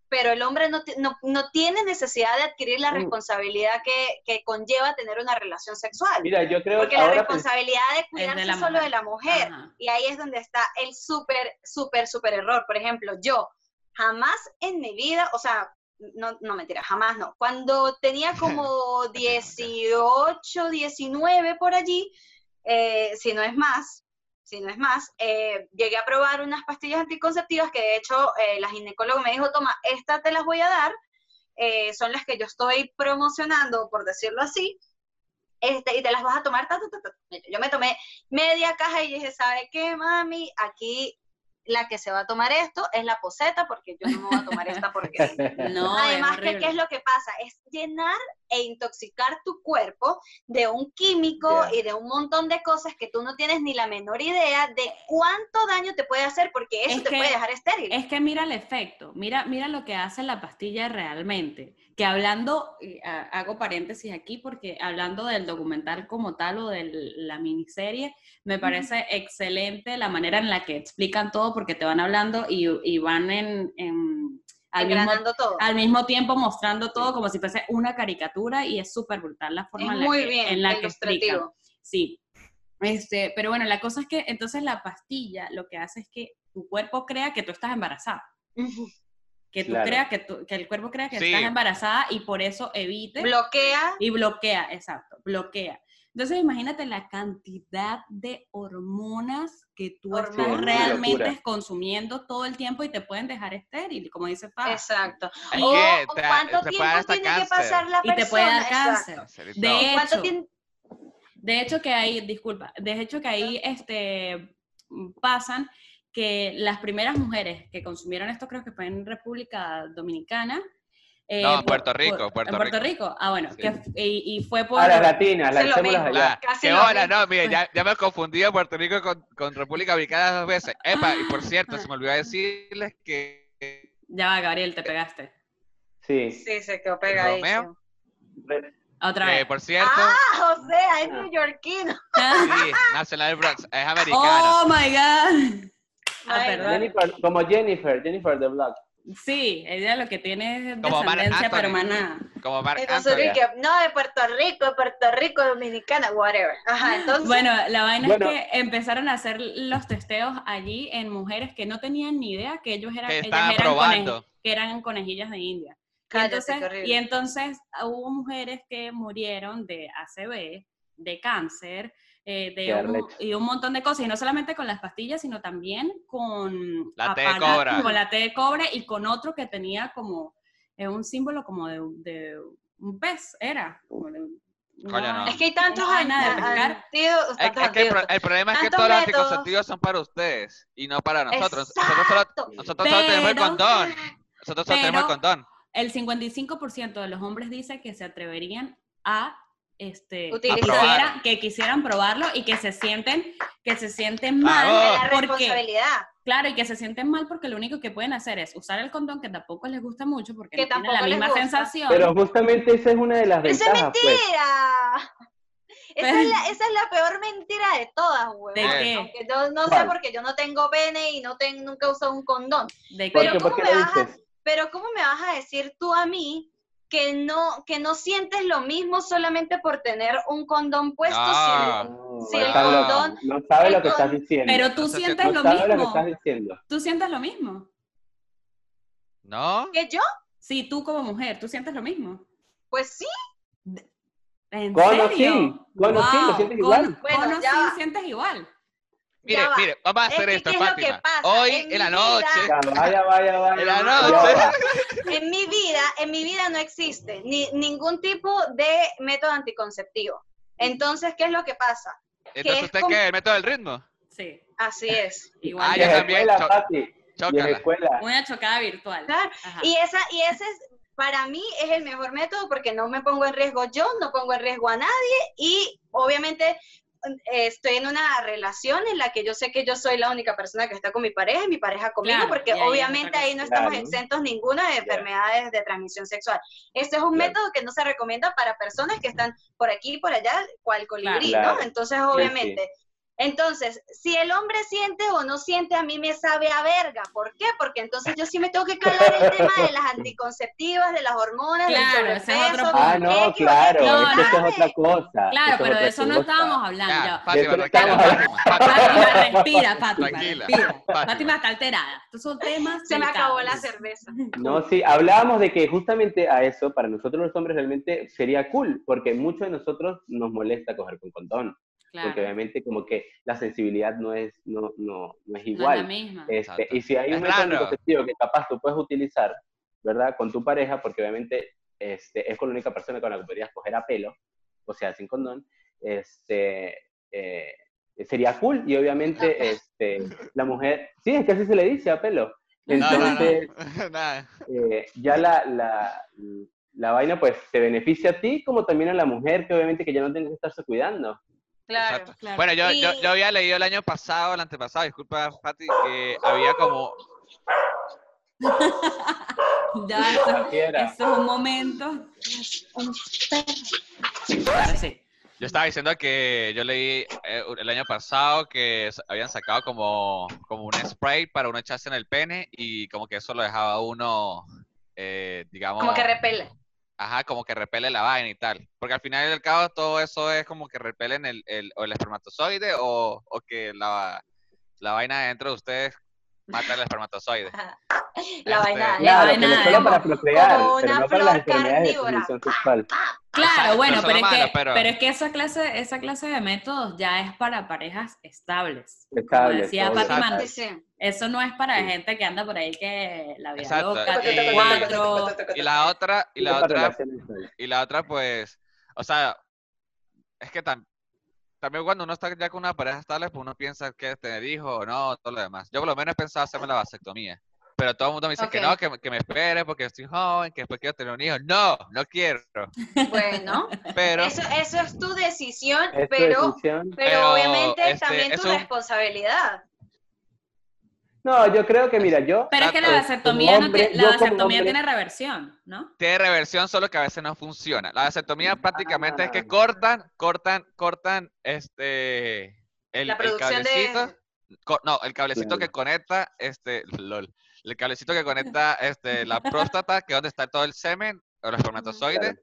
Speaker 5: pero el hombre no, ti- no, no tiene necesidad de adquirir la
Speaker 3: Mm.
Speaker 5: responsabilidad que, que conlleva tener una relación sexual.
Speaker 3: Mira, yo creo
Speaker 5: Porque
Speaker 3: que
Speaker 5: la
Speaker 3: ahora pues, pens-
Speaker 5: responsabilidad de cuidarse
Speaker 1: la
Speaker 5: solo
Speaker 1: mujer.
Speaker 5: de la
Speaker 2: Eh,
Speaker 5: mujer.
Speaker 1: Ajá.
Speaker 5: Y ahí es donde está el súper, súper, súper error. Por ejemplo, yo jamás en mi vida, o sea, no, no mentira, jamás no. Cuando tenía como 18, 19 por allí, eh, si no es más, si no es más, eh, llegué a probar unas pastillas anticonceptivas que de hecho eh, la ginecóloga me dijo, toma, estas te las voy a dar, eh, son las que yo estoy promocionando, por decirlo así, este, y te las vas a tomar. ta, ta, ta, ta. Mira, Yo me tomé media caja y dije, ¿sabe qué, mami? Aquí la que se va a tomar esto es la poseta, porque yo no me voy a tomar esta porque sí".
Speaker 1: *laughs* No, es
Speaker 5: Además, ¿qué,
Speaker 1: horrible.
Speaker 5: ¿qué es lo que pasa? Es llenar e intoxicar tu cuerpo de un químico
Speaker 3: Yeah.
Speaker 5: y de un montón de cosas que tú no tienes ni la menor idea de cuánto daño te puede hacer, porque eso
Speaker 1: Es
Speaker 5: te
Speaker 1: que-
Speaker 5: puede dejar estéril.
Speaker 1: Es que mira el efecto, mira, mira lo que hace la pastilla realmente. Que hablando, y ha- hago paréntesis aquí porque hablando del documental como tal o de la miniserie, me parece excelente la manera en la que explican todo porque te van hablando y, y van en, en- al, mismo,
Speaker 5: Engranando todo.
Speaker 1: al mismo tiempo mostrando todo como si fuese una caricatura y es súper brutal la
Speaker 5: Es
Speaker 1: forma en la
Speaker 5: muy
Speaker 1: que,
Speaker 5: bien,
Speaker 1: en la que explican.
Speaker 5: ilustrativo.
Speaker 1: Sí. Este, pero bueno, la cosa es que entonces la pastilla lo que hace es que tu cuerpo crea que tú estás embarazada. Que tú
Speaker 3: Claro.
Speaker 1: creas que, tú- que el cuerpo crea que
Speaker 2: Sí.
Speaker 1: estás embarazada y por eso evite
Speaker 5: Bloquea
Speaker 1: y bloquea, exacto, bloquea. Entonces imagínate la cantidad de hormonas que tú
Speaker 5: Hormonas. Sí,
Speaker 1: estás
Speaker 5: es una
Speaker 1: realmente
Speaker 3: locura.
Speaker 1: consumiendo todo el tiempo y te pueden dejar estéril, como dice Fab.
Speaker 5: Exacto.
Speaker 2: Es
Speaker 5: O
Speaker 2: que te-
Speaker 5: oh, cuánto
Speaker 2: te puede
Speaker 5: tiempo
Speaker 2: dar hasta
Speaker 5: tiene que
Speaker 2: cáncer.
Speaker 5: pasar la
Speaker 1: Y
Speaker 5: persona.
Speaker 1: te puede dar
Speaker 5: Exacto.
Speaker 1: cáncer.
Speaker 2: Cancelito.
Speaker 1: De
Speaker 5: ¿Cuánto
Speaker 1: hecho,
Speaker 5: tiene-
Speaker 1: De hecho que ahí, disculpa, de hecho que ahí este, pasan que las primeras mujeres que consumieron esto creo que fue en República Dominicana. eh,
Speaker 2: No, en Puerto Rico, Puerto
Speaker 1: en Puerto Rico. Ah, bueno,
Speaker 2: Sí.
Speaker 1: que- y, y fue por...
Speaker 3: A las latinas, las
Speaker 5: Es lo
Speaker 3: echémoslas
Speaker 5: mismo.
Speaker 3: allá.
Speaker 2: La-
Speaker 5: Casi
Speaker 2: qué
Speaker 5: lo
Speaker 2: hora,
Speaker 5: mismo.
Speaker 2: no, mire, ya, ya me confundí en Puerto Rico con, con República Dominicana dos veces. Epa, y por cierto, se me olvidó decirles que
Speaker 1: Ya va, Gabriel,
Speaker 2: Eh,
Speaker 1: te pegaste.
Speaker 3: Sí.
Speaker 5: Sí, se quedó pegadísimo.
Speaker 2: Romeo.
Speaker 1: Otra
Speaker 2: que,
Speaker 1: vez.
Speaker 2: eh, por cierto,
Speaker 5: Ah, o sea, es neoyorquino.
Speaker 1: *laughs*
Speaker 2: sí, Nacional Bronx, es americano.
Speaker 1: oh, my God. Ah,
Speaker 5: Ay,
Speaker 1: perdón.
Speaker 3: Jennifer, como Jennifer, Jennifer de Black.
Speaker 1: Sí, ella lo que tiene es
Speaker 2: Como Marc
Speaker 1: descendencia
Speaker 2: Anthony.
Speaker 1: permanente.
Speaker 2: Como Marc
Speaker 5: Y nosotros
Speaker 2: Anthony.
Speaker 5: que, no, de Puerto Rico, de Puerto Rico, Dominicana, whatever. Ah. Ajá, entonces,
Speaker 1: Bueno, la vaina
Speaker 3: Bueno.
Speaker 1: es que empezaron a hacer los testeos allí en mujeres que no tenían ni idea que ellos eran,
Speaker 2: Que
Speaker 1: ellas
Speaker 2: estaban
Speaker 1: eran,
Speaker 2: probando.
Speaker 1: conej- que eran conejillas de India. Y
Speaker 5: Cállate,
Speaker 1: entonces,
Speaker 5: qué horrible.
Speaker 1: y entonces ah, hubo mujeres que murieron de ACV, de cáncer, eh, de
Speaker 3: Qué
Speaker 1: un-
Speaker 3: arrecho.
Speaker 1: y un montón de cosas. Y no solamente con las pastillas, sino también con
Speaker 2: La T de
Speaker 1: aparatos,
Speaker 2: cobra.
Speaker 1: Con la T de cobre y con otro que tenía como eh, un símbolo como de, de un pez, era. como de un-
Speaker 2: Coño,
Speaker 1: una-
Speaker 2: no.
Speaker 5: es que hay tantos
Speaker 1: una vaina de
Speaker 5: años,
Speaker 1: pescar.
Speaker 5: antídotos,
Speaker 2: Es,
Speaker 5: tantos
Speaker 2: es que el, pro-
Speaker 5: antídotos.
Speaker 2: el problema es que
Speaker 5: Tantos
Speaker 2: todos los
Speaker 5: métodos.
Speaker 2: anticonceptivos son para ustedes y no para nosotros. Nosotros solo,
Speaker 5: Exacto.
Speaker 2: nosotros solo tenemos el
Speaker 1: Pero-
Speaker 2: condón. Nosotros solo tenemos el
Speaker 1: pero-
Speaker 2: condón.
Speaker 1: el 55% de los hombres dice que se atreverían a este
Speaker 5: Utilizar.
Speaker 1: que, quisieran, que quisieran probarlo y que se sienten que se sienten mal
Speaker 2: Vamos.
Speaker 5: Ah. La
Speaker 1: porque
Speaker 5: responsabilidad,
Speaker 1: claro y que se sienten mal porque lo único que pueden hacer es usar el condón que tampoco les gusta mucho porque
Speaker 5: Que
Speaker 1: no tienen
Speaker 5: tampoco
Speaker 1: la
Speaker 5: les
Speaker 1: misma
Speaker 5: gusta.
Speaker 1: sensación
Speaker 3: Pero justamente esa es una de las
Speaker 5: ¡Eso es
Speaker 3: ventajas, pues.
Speaker 5: mentira! Esa es, la, esa es la peor mentira de todas, güey.
Speaker 1: de
Speaker 2: Eh.
Speaker 1: que
Speaker 5: Aunque yo no sé
Speaker 3: ¿Cuál?
Speaker 5: porque yo no tengo pene y no ten- nunca he usado un condón.
Speaker 1: de que-
Speaker 5: Pero
Speaker 3: Porque, ¿por
Speaker 5: ¿cómo
Speaker 3: qué
Speaker 5: me
Speaker 3: lo
Speaker 5: vas a-
Speaker 3: dices?
Speaker 5: Pero ¿cómo me vas a decir tú a mí que no, que no sientes lo mismo solamente por tener un condón puesto?
Speaker 2: No.
Speaker 3: No,
Speaker 5: Sí,
Speaker 2: el
Speaker 3: estás loco.
Speaker 5: condón-
Speaker 3: no sabes lo que
Speaker 5: el
Speaker 3: estás
Speaker 5: con-
Speaker 3: diciendo.
Speaker 1: pero tú
Speaker 2: O sea, que
Speaker 1: sientes
Speaker 2: es
Speaker 1: lo
Speaker 3: no sabes lo que
Speaker 1: mismo
Speaker 3: estás diciendo.
Speaker 1: tú sientes lo mismo
Speaker 2: ¿No?
Speaker 5: si- ¿Que yo?
Speaker 1: sí tú como mujer tú sientes lo mismo
Speaker 5: Pues sí.
Speaker 1: ¿En
Speaker 3: Cono
Speaker 1: serio?
Speaker 3: sí, cono sí, ¿lo sientes igual?
Speaker 1: cono-
Speaker 5: Bueno,
Speaker 1: cono
Speaker 5: ya
Speaker 1: sí,
Speaker 5: va.
Speaker 1: sientes igual.
Speaker 2: Mire,
Speaker 5: Ya va.
Speaker 2: mire, vamos a
Speaker 5: Es
Speaker 2: hacer
Speaker 5: que,
Speaker 2: esto,
Speaker 5: ¿qué es lo que
Speaker 2: Fátima.
Speaker 5: pasa?
Speaker 2: Hoy
Speaker 5: En
Speaker 2: en la
Speaker 5: mi
Speaker 2: noche.
Speaker 5: vida-
Speaker 3: Ya, vaya, vaya, vaya.
Speaker 2: Era
Speaker 3: ya
Speaker 2: noche.
Speaker 3: va.
Speaker 5: En mi vida, en mi vida no existe ni, ningún tipo de método anticonceptivo. Entonces, ¿qué es lo que pasa?
Speaker 2: Entonces,
Speaker 5: es
Speaker 2: ¿usted
Speaker 5: como-
Speaker 2: qué? ¿El método del ritmo?
Speaker 1: Sí,
Speaker 3: Ah,
Speaker 5: Así es.
Speaker 1: igual.
Speaker 2: Ah,
Speaker 3: Vieja
Speaker 2: ya también,
Speaker 3: escuela,
Speaker 2: cho-
Speaker 3: papi, vieja
Speaker 2: Chócala.
Speaker 3: escuela.
Speaker 1: Una chocada virtual.
Speaker 5: Claro.
Speaker 1: Ajá.
Speaker 5: Y esa, y ese es, para mí es el mejor método porque no me pongo en riesgo yo, no pongo en riesgo a nadie y obviamente eh, estoy en una relación en la que yo sé que yo soy la única persona que está con mi pareja y mi pareja conmigo
Speaker 1: Claro, y
Speaker 5: porque
Speaker 1: ahí es
Speaker 5: obviamente
Speaker 1: otra
Speaker 5: ahí
Speaker 1: cosa.
Speaker 5: no estamos
Speaker 3: Claro.
Speaker 5: exentos ninguno de enfermedades de transmisión sexual. Este es un
Speaker 3: Claro.
Speaker 5: método que no se recomienda para personas que están por aquí y por allá, cual colibrí,
Speaker 3: Claro.
Speaker 5: ¿no? Entonces obviamente... Entonces, si el hombre siente o no siente, a mí me sabe a verga. ¿Por qué? Porque entonces yo sí me tengo que calar el tema de las anticonceptivas, de las hormonas,
Speaker 1: Claro,
Speaker 5: del
Speaker 1: ese es otro
Speaker 5: sobrepeso,
Speaker 1: punto.
Speaker 3: Ah,
Speaker 5: del
Speaker 3: no,
Speaker 5: equis,
Speaker 3: claro,
Speaker 1: No,
Speaker 3: es que eso
Speaker 5: no.
Speaker 3: es otra cosa.
Speaker 1: Claro,
Speaker 3: eso es
Speaker 1: pero de
Speaker 3: otra
Speaker 1: eso no
Speaker 3: cosa.
Speaker 1: estábamos hablando.
Speaker 2: Ya,
Speaker 1: ya.
Speaker 2: Fátima,
Speaker 3: De eso estamos
Speaker 2: tranquila,
Speaker 3: hablando.
Speaker 2: Fátima, Fátima.
Speaker 1: Fátima, respira, Fátima,
Speaker 2: Tranquila.
Speaker 1: respira.
Speaker 2: Fátima.
Speaker 1: Fátima está alterada. Estos son temas
Speaker 5: Se me acabó la
Speaker 1: delicados.
Speaker 5: cerveza.
Speaker 3: No, sí, hablábamos de que justamente a eso, para nosotros los hombres realmente sería cool, porque muchos de nosotros nos molesta coger con condón, porque
Speaker 1: Claro,
Speaker 3: obviamente como que la sensibilidad no es, no, no, no es
Speaker 1: no es la
Speaker 3: igual.
Speaker 1: misma.
Speaker 3: Este,
Speaker 2: Exacto.
Speaker 3: y si hay
Speaker 2: Es
Speaker 3: un método
Speaker 2: raro.
Speaker 3: anticonceptivo que capaz tú puedes utilizar, ¿verdad? Con tu pareja, porque obviamente este, es con la única persona con la que podrías coger a pelo, o sea, sin condón, este, eh, sería cool. Y obviamente este, la mujer, sí, es que así se le dice a pelo.
Speaker 1: No, no, no.
Speaker 3: Entonces,
Speaker 2: No, no, no. Nada.
Speaker 3: eh, ya la, la, la vaina pues te beneficia a ti como también a la mujer, que obviamente que ya no tiene que estarse cuidando.
Speaker 5: Claro,
Speaker 2: Exacto.
Speaker 1: claro.
Speaker 2: Bueno, yo, yo,
Speaker 5: Y-
Speaker 2: yo había leído el año pasado, el antepasado, disculpa, Fati, que había como...
Speaker 1: Ya, eso,
Speaker 3: Cualquiera.
Speaker 1: eso es un momento. Ahora sí.
Speaker 2: Yo estaba diciendo que yo leí eh, el año pasado que s- habían sacado como, como un spray para uno echarse en el pene y como que eso lo dejaba uno, eh, digamos...
Speaker 1: Ah.
Speaker 5: como que repela.
Speaker 2: Ajá, como que repele la vaina y tal. Porque al final del cabo todo eso es como que repelen el, el, o el espermatozoide o, o que la, la vaina dentro de ustedes mata el espermatozoide. *laughs*
Speaker 5: La
Speaker 2: Este,
Speaker 5: vaina.
Speaker 1: la
Speaker 3: Claro,
Speaker 1: vaina
Speaker 3: pero
Speaker 1: es
Speaker 3: solo para
Speaker 5: como-
Speaker 3: procrear, pero
Speaker 5: como una
Speaker 3: no para las
Speaker 5: flor
Speaker 3: enfermedades de
Speaker 5: carnívora.
Speaker 3: transmisión sexual.
Speaker 2: Exacto,
Speaker 1: Claro, bueno,
Speaker 2: eso
Speaker 1: pero es,
Speaker 2: es lo malo,
Speaker 1: que,
Speaker 2: pero-
Speaker 1: pero... es que esa clase, esa clase de métodos ya es para parejas estables.
Speaker 3: Estables,
Speaker 1: decía
Speaker 3: obvio.
Speaker 1: Fátima
Speaker 5: Sí,
Speaker 1: antes.
Speaker 5: sí.
Speaker 1: Eso no es para
Speaker 3: Sí.
Speaker 1: gente que anda por ahí que la vida
Speaker 2: Exacto,
Speaker 1: loca,
Speaker 2: y-
Speaker 1: tiene cuatro.
Speaker 2: Y la otra, y la
Speaker 3: Para
Speaker 2: otra,
Speaker 3: relaciones sexuales.
Speaker 2: y la otra pues, o sea, es que tam- también cuando uno está ya con una pareja estable, pues uno piensa que tener hijos o no, todo lo demás. Yo por lo menos pensaba hacerme la vasectomía. Pero todo el mundo me dice
Speaker 5: Ok.
Speaker 2: que no, que, me- que me espere porque estoy joven, que después quiero tener un hijo. No, no quiero.
Speaker 5: Bueno,
Speaker 2: Pero
Speaker 5: *laughs* eso, eso es tu decisión,
Speaker 3: Esto es
Speaker 5: pero,
Speaker 3: función.
Speaker 5: pero
Speaker 2: Pero,
Speaker 5: obviamente
Speaker 2: este,
Speaker 5: también tu
Speaker 2: eso-
Speaker 5: responsabilidad.
Speaker 3: No, yo creo que, mira, yo,
Speaker 1: Pero es que la
Speaker 2: Exacto.
Speaker 1: vasectomía, no
Speaker 3: Hombre,
Speaker 1: te-
Speaker 3: yo
Speaker 1: la
Speaker 3: como
Speaker 1: vasectomía
Speaker 3: hombre-
Speaker 1: tiene reversión, ¿no?
Speaker 2: tiene reversión, solo que a veces no funciona. La vasectomía
Speaker 3: Mm.
Speaker 2: prácticamente es
Speaker 3: Ah.
Speaker 2: que cortan, cortan, cortan este el,
Speaker 5: La
Speaker 2: el
Speaker 5: producción de-
Speaker 2: cablecito. co- no, el cablecito
Speaker 3: Claro.
Speaker 2: que conecta, este, lol, el cablecito que conecta este, la próstata, que es donde está todo el semen, o los espermatozoides,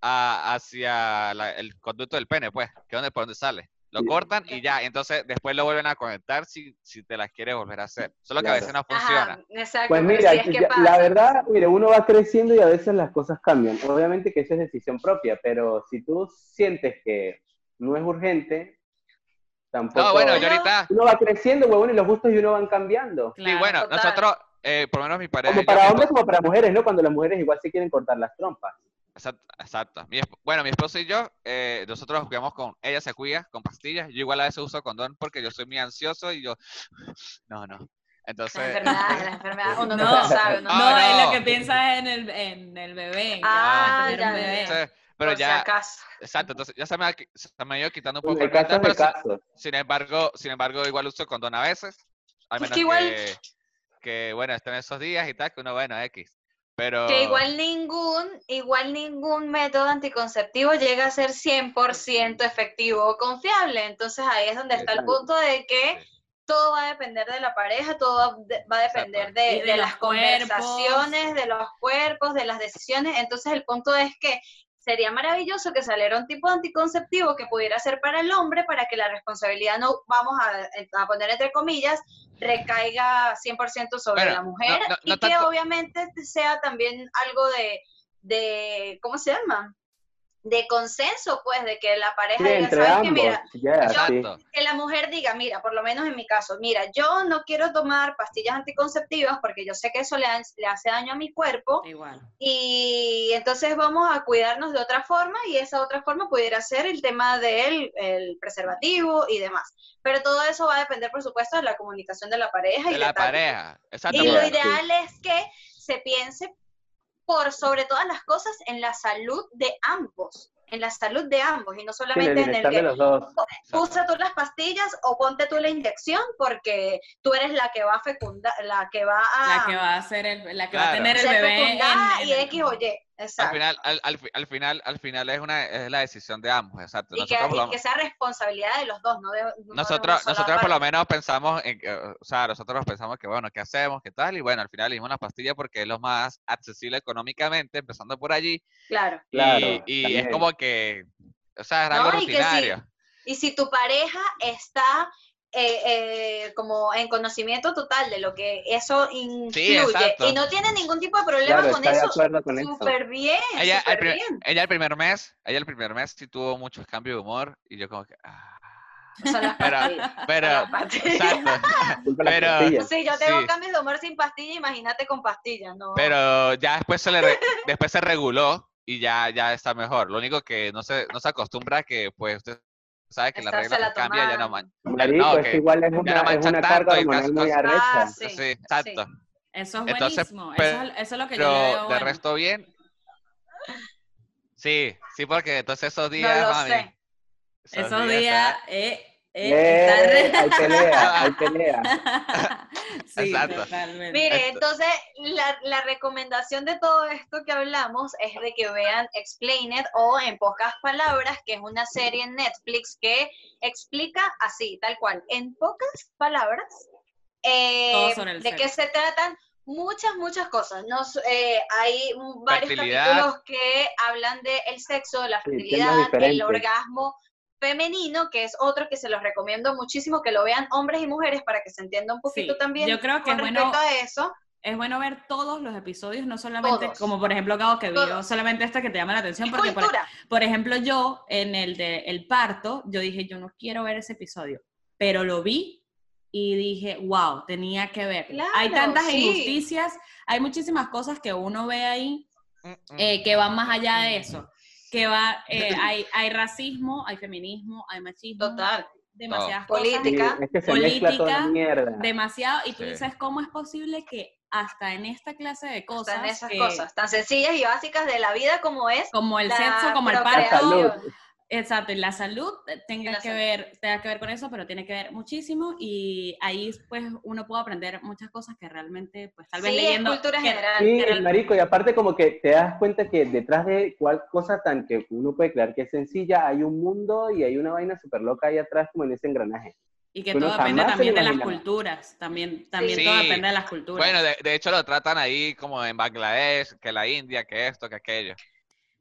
Speaker 2: a- hacia la- el conducto del pene, pues, que es donde, por donde sale. Lo
Speaker 3: Sí.
Speaker 2: cortan y ya, entonces después lo vuelven a conectar si, si te las quieres volver a hacer. Solo que a
Speaker 3: Claro.
Speaker 2: veces no funciona.
Speaker 5: Ajá, exacto.
Speaker 3: pues
Speaker 5: pero
Speaker 3: mira,
Speaker 5: si es que
Speaker 3: ya-
Speaker 5: pasa.
Speaker 3: la verdad, mire, uno va creciendo y a veces las cosas cambian. Obviamente que eso es decisión propia, pero si tú sientes que no es urgente, tampoco...
Speaker 2: No, bueno, yo
Speaker 5: No.
Speaker 2: ahorita,
Speaker 3: Uno va creciendo, huevón, y los gustos de uno van cambiando.
Speaker 2: sí,
Speaker 1: Claro.
Speaker 2: bueno,
Speaker 5: Total.
Speaker 2: nosotros, eh, por lo menos mi pareja. y
Speaker 3: Como
Speaker 2: yo,
Speaker 3: para
Speaker 2: mi
Speaker 3: hombres
Speaker 2: esposa-
Speaker 3: como para mujeres, ¿no? Cuando las mujeres igual se quieren cortar las trompas.
Speaker 2: Exacto. exacto. Mi esp- bueno, mi esposo y yo, eh, nosotros jugamos con, ella se cuida con pastillas, yo igual a veces uso condón porque yo soy muy ansioso y yo, *laughs* no, no.
Speaker 5: La
Speaker 2: Entonces, *laughs*
Speaker 5: enfermedad, la enfermedad, uno
Speaker 1: No.
Speaker 5: no, sabe.
Speaker 1: No,
Speaker 5: uno
Speaker 2: Ah,
Speaker 5: sabe.
Speaker 1: es
Speaker 2: no.
Speaker 1: lo que piensas en el, en el bebé. que
Speaker 5: Ah,
Speaker 1: vas a tener
Speaker 5: ya,
Speaker 1: un
Speaker 5: ya,
Speaker 1: bebé.
Speaker 5: ya.
Speaker 2: entonces, pero
Speaker 5: por si
Speaker 2: ya,
Speaker 5: acaso.
Speaker 2: exacto, entonces ya se me, ha, qui- se me ha ido quitando un poco
Speaker 3: De
Speaker 2: el malestar,
Speaker 3: casos de
Speaker 2: pero sin-
Speaker 3: casos.
Speaker 2: sin embargo, sin embargo, igual uso condón a veces, al
Speaker 5: Es
Speaker 2: menos
Speaker 5: que igual-
Speaker 2: que, que, bueno, estén esos días y tal, que uno, bueno, X, pero...
Speaker 5: Que igual ningún, igual ningún método anticonceptivo llega a ser 100% efectivo o confiable. Entonces ahí es donde está el
Speaker 3: Exacto.
Speaker 5: punto de que todo va a depender de la pareja, todo va de- va a depender
Speaker 1: Y
Speaker 5: de,
Speaker 1: de
Speaker 5: de
Speaker 1: los
Speaker 5: las
Speaker 1: cuerpos.
Speaker 5: conversaciones, de los cuerpos, de las decisiones. Entonces el punto es que sería maravilloso que saliera un tipo de anticonceptivo que pudiera ser para el hombre para que la responsabilidad no, vamos a, a poner entre comillas, recaiga 100% sobre
Speaker 2: Bueno,
Speaker 5: la mujer
Speaker 2: no- no-
Speaker 5: y
Speaker 2: no
Speaker 5: que
Speaker 2: tanto-
Speaker 5: obviamente sea también algo de, de, ¿cómo se llama? De consenso, pues, de que la pareja
Speaker 3: Sí,
Speaker 5: diga,
Speaker 3: entre
Speaker 5: ¿sabes qué?
Speaker 3: ambos.
Speaker 5: Mira,
Speaker 3: ya,
Speaker 5: yo-
Speaker 3: sí.
Speaker 2: Exacto.
Speaker 5: que la mujer diga, mira, por lo menos en mi caso, mira, yo no quiero tomar pastillas anticonceptivas porque yo sé que eso le, han- le hace daño a mi cuerpo
Speaker 1: Igual.
Speaker 5: y entonces vamos a cuidarnos de otra forma y esa otra forma pudiera ser el tema del el preservativo y demás. Pero todo eso va a depender, por supuesto, de la comunicación de la pareja y
Speaker 2: De la
Speaker 5: tal.
Speaker 2: pareja, exacto.
Speaker 5: Y lo
Speaker 2: porque-
Speaker 5: ideal es que se piense por sobre todas las cosas en la salud de ambos, en la salud de ambos y no
Speaker 3: Sí, en el
Speaker 5: solamente en el
Speaker 3: bienestar de
Speaker 5: que
Speaker 3: los dos.
Speaker 2: exacto.
Speaker 5: usa tú las pastillas o ponte tú la inyección porque tú eres la que va a fecundar, la que va a
Speaker 1: La que va a ser el, la que va a
Speaker 2: Claro.
Speaker 1: tener el
Speaker 5: Ah. ser
Speaker 1: bebé. en-
Speaker 5: fecundada
Speaker 1: en
Speaker 5: y
Speaker 1: el-
Speaker 5: X o Y.
Speaker 2: Al
Speaker 5: Exacto.
Speaker 2: final, al, al fi- al final, al final es una es la decisión de ambos, exacto.
Speaker 5: Y que,
Speaker 2: Nosotros, por lo-
Speaker 5: y que sea responsabilidad de los dos, no de no de una
Speaker 2: nosotros,
Speaker 5: sola
Speaker 2: nosotros por lo
Speaker 5: parte.
Speaker 2: menos pensamos, en, que, eh, o sea, nosotros pensamos que bueno, ¿qué hacemos? ¿Qué tal? Y bueno, al final elegimos las pastillas porque es lo más accesible económicamente, empezando por allí.
Speaker 5: Claro.
Speaker 2: y-
Speaker 3: Claro,
Speaker 2: y es
Speaker 3: también.
Speaker 2: como que, o sea, es algo
Speaker 5: No, y que sí.
Speaker 2: rutinario.
Speaker 5: Y si tu pareja está eh, eh, como en conocimiento total de lo que eso incluye
Speaker 2: exacto.
Speaker 5: y no tiene ningún tipo de problema
Speaker 3: Claro,
Speaker 5: con
Speaker 3: está de
Speaker 5: eso,
Speaker 3: acuerdo con eso.
Speaker 5: súper bien,
Speaker 2: Ella, al
Speaker 5: súper
Speaker 2: pri-
Speaker 5: bien.
Speaker 2: ella el primer mes, ella el primer mes sí tuvo muchos cambios de humor y yo como que, ah,
Speaker 5: Son las
Speaker 2: *laughs* Pero-
Speaker 5: pastillas,
Speaker 2: pero,
Speaker 5: las *laughs* pastillas.
Speaker 2: exacto.
Speaker 3: Disculpa las
Speaker 2: Pero-
Speaker 3: pastillas.
Speaker 5: Sí, yo tengo
Speaker 2: Sí.
Speaker 5: cambios de humor sin pastilla, imagínate con pastillas, ¿no?
Speaker 2: Pero ya después se le re- después se reguló y ya, ya está mejor. Lo único que no se, no se acostumbra a que pues usted sabe que la
Speaker 5: Esa
Speaker 2: regla
Speaker 5: se la
Speaker 2: cambia ya no
Speaker 5: tomaron.
Speaker 2: man-
Speaker 3: Marico,
Speaker 2: no,
Speaker 3: es
Speaker 2: que
Speaker 3: que igual es una,
Speaker 2: no
Speaker 3: es
Speaker 2: manchan
Speaker 3: una
Speaker 2: tanto
Speaker 3: carga
Speaker 2: y cosas-
Speaker 3: hormonal muy
Speaker 2: cosas-
Speaker 3: arrecha.
Speaker 5: Ah,
Speaker 2: Sí,
Speaker 5: sí.
Speaker 2: exacto.
Speaker 1: Eso es
Speaker 2: Entonces,
Speaker 1: buenísimo. eso,
Speaker 2: pero-
Speaker 1: es, eso es lo que yo le
Speaker 2: Pero
Speaker 1: veo.
Speaker 2: de
Speaker 1: bueno.
Speaker 2: resto bien. Sí, sí, porque entonces esos días,
Speaker 5: No lo
Speaker 2: mami,
Speaker 5: sé.
Speaker 1: Esos días,
Speaker 2: ah,
Speaker 1: eh,
Speaker 3: Eh,
Speaker 1: eh,
Speaker 3: hay
Speaker 1: está re-
Speaker 3: pelea, hay pelea.
Speaker 1: *laughs* sí,
Speaker 2: Exacto.
Speaker 1: totalmente.
Speaker 5: Mire,
Speaker 2: Esto-
Speaker 5: entonces la, la recomendación de todo esto que hablamos es de que vean Explain It o En pocas palabras, que es una serie en Netflix que explica así, tal cual, en pocas palabras, eh,
Speaker 1: Todo sobre el
Speaker 5: de qué se tratan muchas, muchas cosas. Nos, eh, hay un- varios
Speaker 2: Fertilidad.
Speaker 5: capítulos que hablan del sexo, de la
Speaker 3: Sí, temas
Speaker 5: fertilidad, del
Speaker 3: diferentes.
Speaker 5: orgasmo femenino, que es otro que se los recomiendo muchísimo, que lo vean hombres y mujeres para que se entienda un poquito
Speaker 1: Sí,
Speaker 5: también
Speaker 1: yo creo que
Speaker 5: con
Speaker 1: es
Speaker 5: respecto
Speaker 1: bueno-
Speaker 5: a eso,
Speaker 1: Es bueno ver todos los episodios, no solamente,
Speaker 5: Todos.
Speaker 1: como por ejemplo, Gabo, que vio
Speaker 5: Todos.
Speaker 1: solamente esta que te llama la atención,
Speaker 5: es
Speaker 1: porque por,
Speaker 5: cultura.
Speaker 1: por ejemplo yo, en el de El Parto, yo dije, yo no quiero ver ese episodio, pero lo vi y dije, wow, tenía que ver. hay
Speaker 5: Claro,
Speaker 1: tantas
Speaker 5: sí.
Speaker 1: injusticias, hay muchísimas cosas que uno ve ahí
Speaker 2: mm, mm.
Speaker 1: eh, que van más allá de eso, que va, eh, hay, hay racismo, hay feminismo, hay machismo,
Speaker 5: Total.
Speaker 1: demasiadas
Speaker 5: Todo.
Speaker 1: cosas.
Speaker 3: Sí,
Speaker 5: Política.
Speaker 3: es que se mezcla toda la
Speaker 1: Política,
Speaker 3: mierda.
Speaker 1: demasiado y tú
Speaker 2: Sí.
Speaker 1: dices cómo es posible que hasta en esta clase de
Speaker 5: O
Speaker 1: cosas,
Speaker 5: sea, en esas
Speaker 1: que-
Speaker 5: cosas tan sencillas y básicas de la vida como es.
Speaker 1: como el
Speaker 5: la
Speaker 1: sexo, como el
Speaker 3: La
Speaker 5: procreación.
Speaker 1: parto,
Speaker 3: salud.
Speaker 1: exacto, y la salud eh, tenga
Speaker 5: Y la
Speaker 1: que
Speaker 5: salud.
Speaker 1: ver, tenga que ver con eso, pero tiene que ver muchísimo y ahí pues uno puede aprender muchas cosas que realmente pues tal vez
Speaker 5: Sí, es
Speaker 1: leyendo
Speaker 5: cultura
Speaker 1: que-
Speaker 5: general.
Speaker 3: Sí,
Speaker 1: Pero-
Speaker 3: marico, y aparte como que te das cuenta que detrás de cual cosa tan que uno puede creer que es sencilla, hay un mundo y hay una vaina súper loca ahí atrás como en ese engranaje.
Speaker 1: y que
Speaker 3: Uno
Speaker 1: todo depende
Speaker 3: jamás se
Speaker 1: también
Speaker 3: lo
Speaker 1: de las
Speaker 3: imaginaba.
Speaker 1: culturas, también también
Speaker 2: Sí.
Speaker 1: todo depende de las culturas.
Speaker 2: Bueno, de, de hecho lo tratan ahí como en Bangladesh, que la India, que esto, que aquello.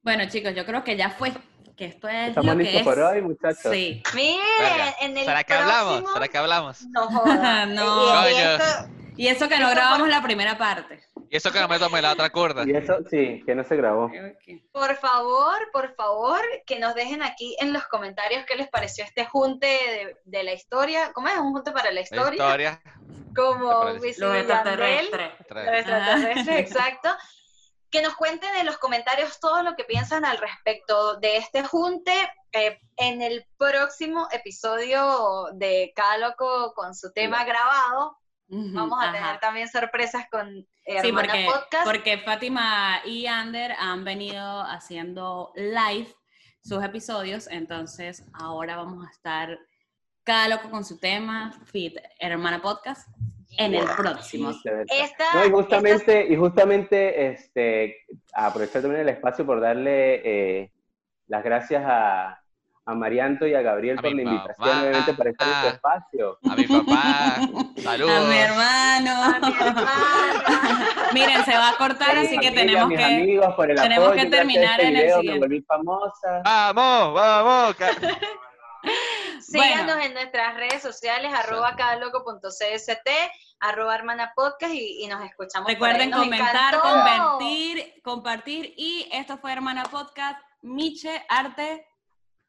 Speaker 1: Bueno, chicos, yo creo que ya fue que esto es
Speaker 3: Estamos
Speaker 1: lo que
Speaker 3: listos
Speaker 1: es.
Speaker 3: por hoy, muchachos.
Speaker 1: Sí.
Speaker 5: Miren,
Speaker 2: Verga.
Speaker 5: en el
Speaker 2: ¿Será que hablamos?
Speaker 5: próximo-
Speaker 2: ¿Será que hablamos?
Speaker 5: No joda.
Speaker 1: *laughs* No.
Speaker 5: Y- y esto-
Speaker 1: Y eso que no
Speaker 5: Eso fue-
Speaker 1: grabamos la primera parte.
Speaker 2: Y eso que no me tomé la otra
Speaker 5: *laughs*
Speaker 2: curda.
Speaker 3: Y eso sí, que no se grabó.
Speaker 1: Ok.
Speaker 5: por favor, por favor, que nos dejen aquí en los comentarios qué les pareció este junte de, de la historia. ¿Cómo es? Un junte para la
Speaker 2: La
Speaker 5: historia.
Speaker 2: historia.
Speaker 5: Como
Speaker 2: Los
Speaker 5: Wisin
Speaker 1: Los
Speaker 5: y Yandel.
Speaker 1: extraterrestres.
Speaker 2: Otra
Speaker 5: Los
Speaker 2: vez.
Speaker 5: extraterrestres,
Speaker 1: Ah. *laughs*
Speaker 5: exacto. Que nos cuenten en los comentarios todo lo que piensan al respecto de este junte. eh, en el próximo episodio de Cada Loco con su tema grabado,
Speaker 1: Ujú,
Speaker 5: vamos a tener
Speaker 1: ajá.
Speaker 5: también sorpresas con eh, Hermana
Speaker 1: Sí, porque,
Speaker 5: Podcast.
Speaker 1: porque Fátima y Ander han venido haciendo live sus episodios, entonces ahora vamos a estar cada loco con su tema, Fit Hermana Podcast, en el próximo.
Speaker 3: Viceversa.
Speaker 1: *laughs*
Speaker 5: Esta,
Speaker 3: No, y
Speaker 5: esta-
Speaker 3: justamente, y justamente este, aprovechar también el espacio por darle eh, las gracias a, a Marianto y a Gabriel
Speaker 2: A
Speaker 3: por
Speaker 2: mi
Speaker 3: la invitación,
Speaker 2: mamá.
Speaker 3: obviamente, para estar en su espacio.
Speaker 2: A mi papá. Saludos.
Speaker 1: A mi
Speaker 5: a mi
Speaker 1: hermano.
Speaker 5: hermana.
Speaker 1: Miren, se va a cortar,
Speaker 3: Sí,
Speaker 1: así que
Speaker 3: familia,
Speaker 1: tenemos
Speaker 3: mis
Speaker 1: que...
Speaker 3: amigos por el
Speaker 1: tenemos
Speaker 3: apoyo,
Speaker 1: que
Speaker 3: gracias a
Speaker 1: terminar
Speaker 3: este
Speaker 1: en el
Speaker 3: video
Speaker 1: siguiente.
Speaker 3: Me volví famosa.
Speaker 2: Vamos, vamos. ca-
Speaker 1: *laughs*
Speaker 5: Síganos
Speaker 1: Bueno.
Speaker 5: en nuestras redes sociales, arroba cadaloco.cst, arroba hermana podcast y, y nos escuchamos. por ahí.
Speaker 1: Recuerden
Speaker 5: Nos
Speaker 1: comentar,
Speaker 5: encantó.
Speaker 1: compartir, compartir, y esto fue Hermana Podcast, Miche, Arte.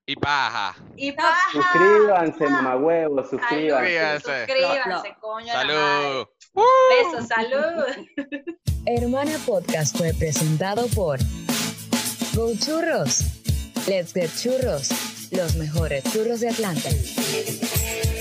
Speaker 2: Y paja.
Speaker 5: Y paja.
Speaker 3: Suscríbanse, mamahuevos, suscríbanse.
Speaker 2: Suscríbanse.
Speaker 5: Suscríbanse,
Speaker 1: Lo-
Speaker 5: coño. la madre.
Speaker 2: Salud.
Speaker 5: Besos, salud.
Speaker 6: Hermana Podcast fue presentado por Go Churros, Let's Get Churros, los mejores churros de Atlanta.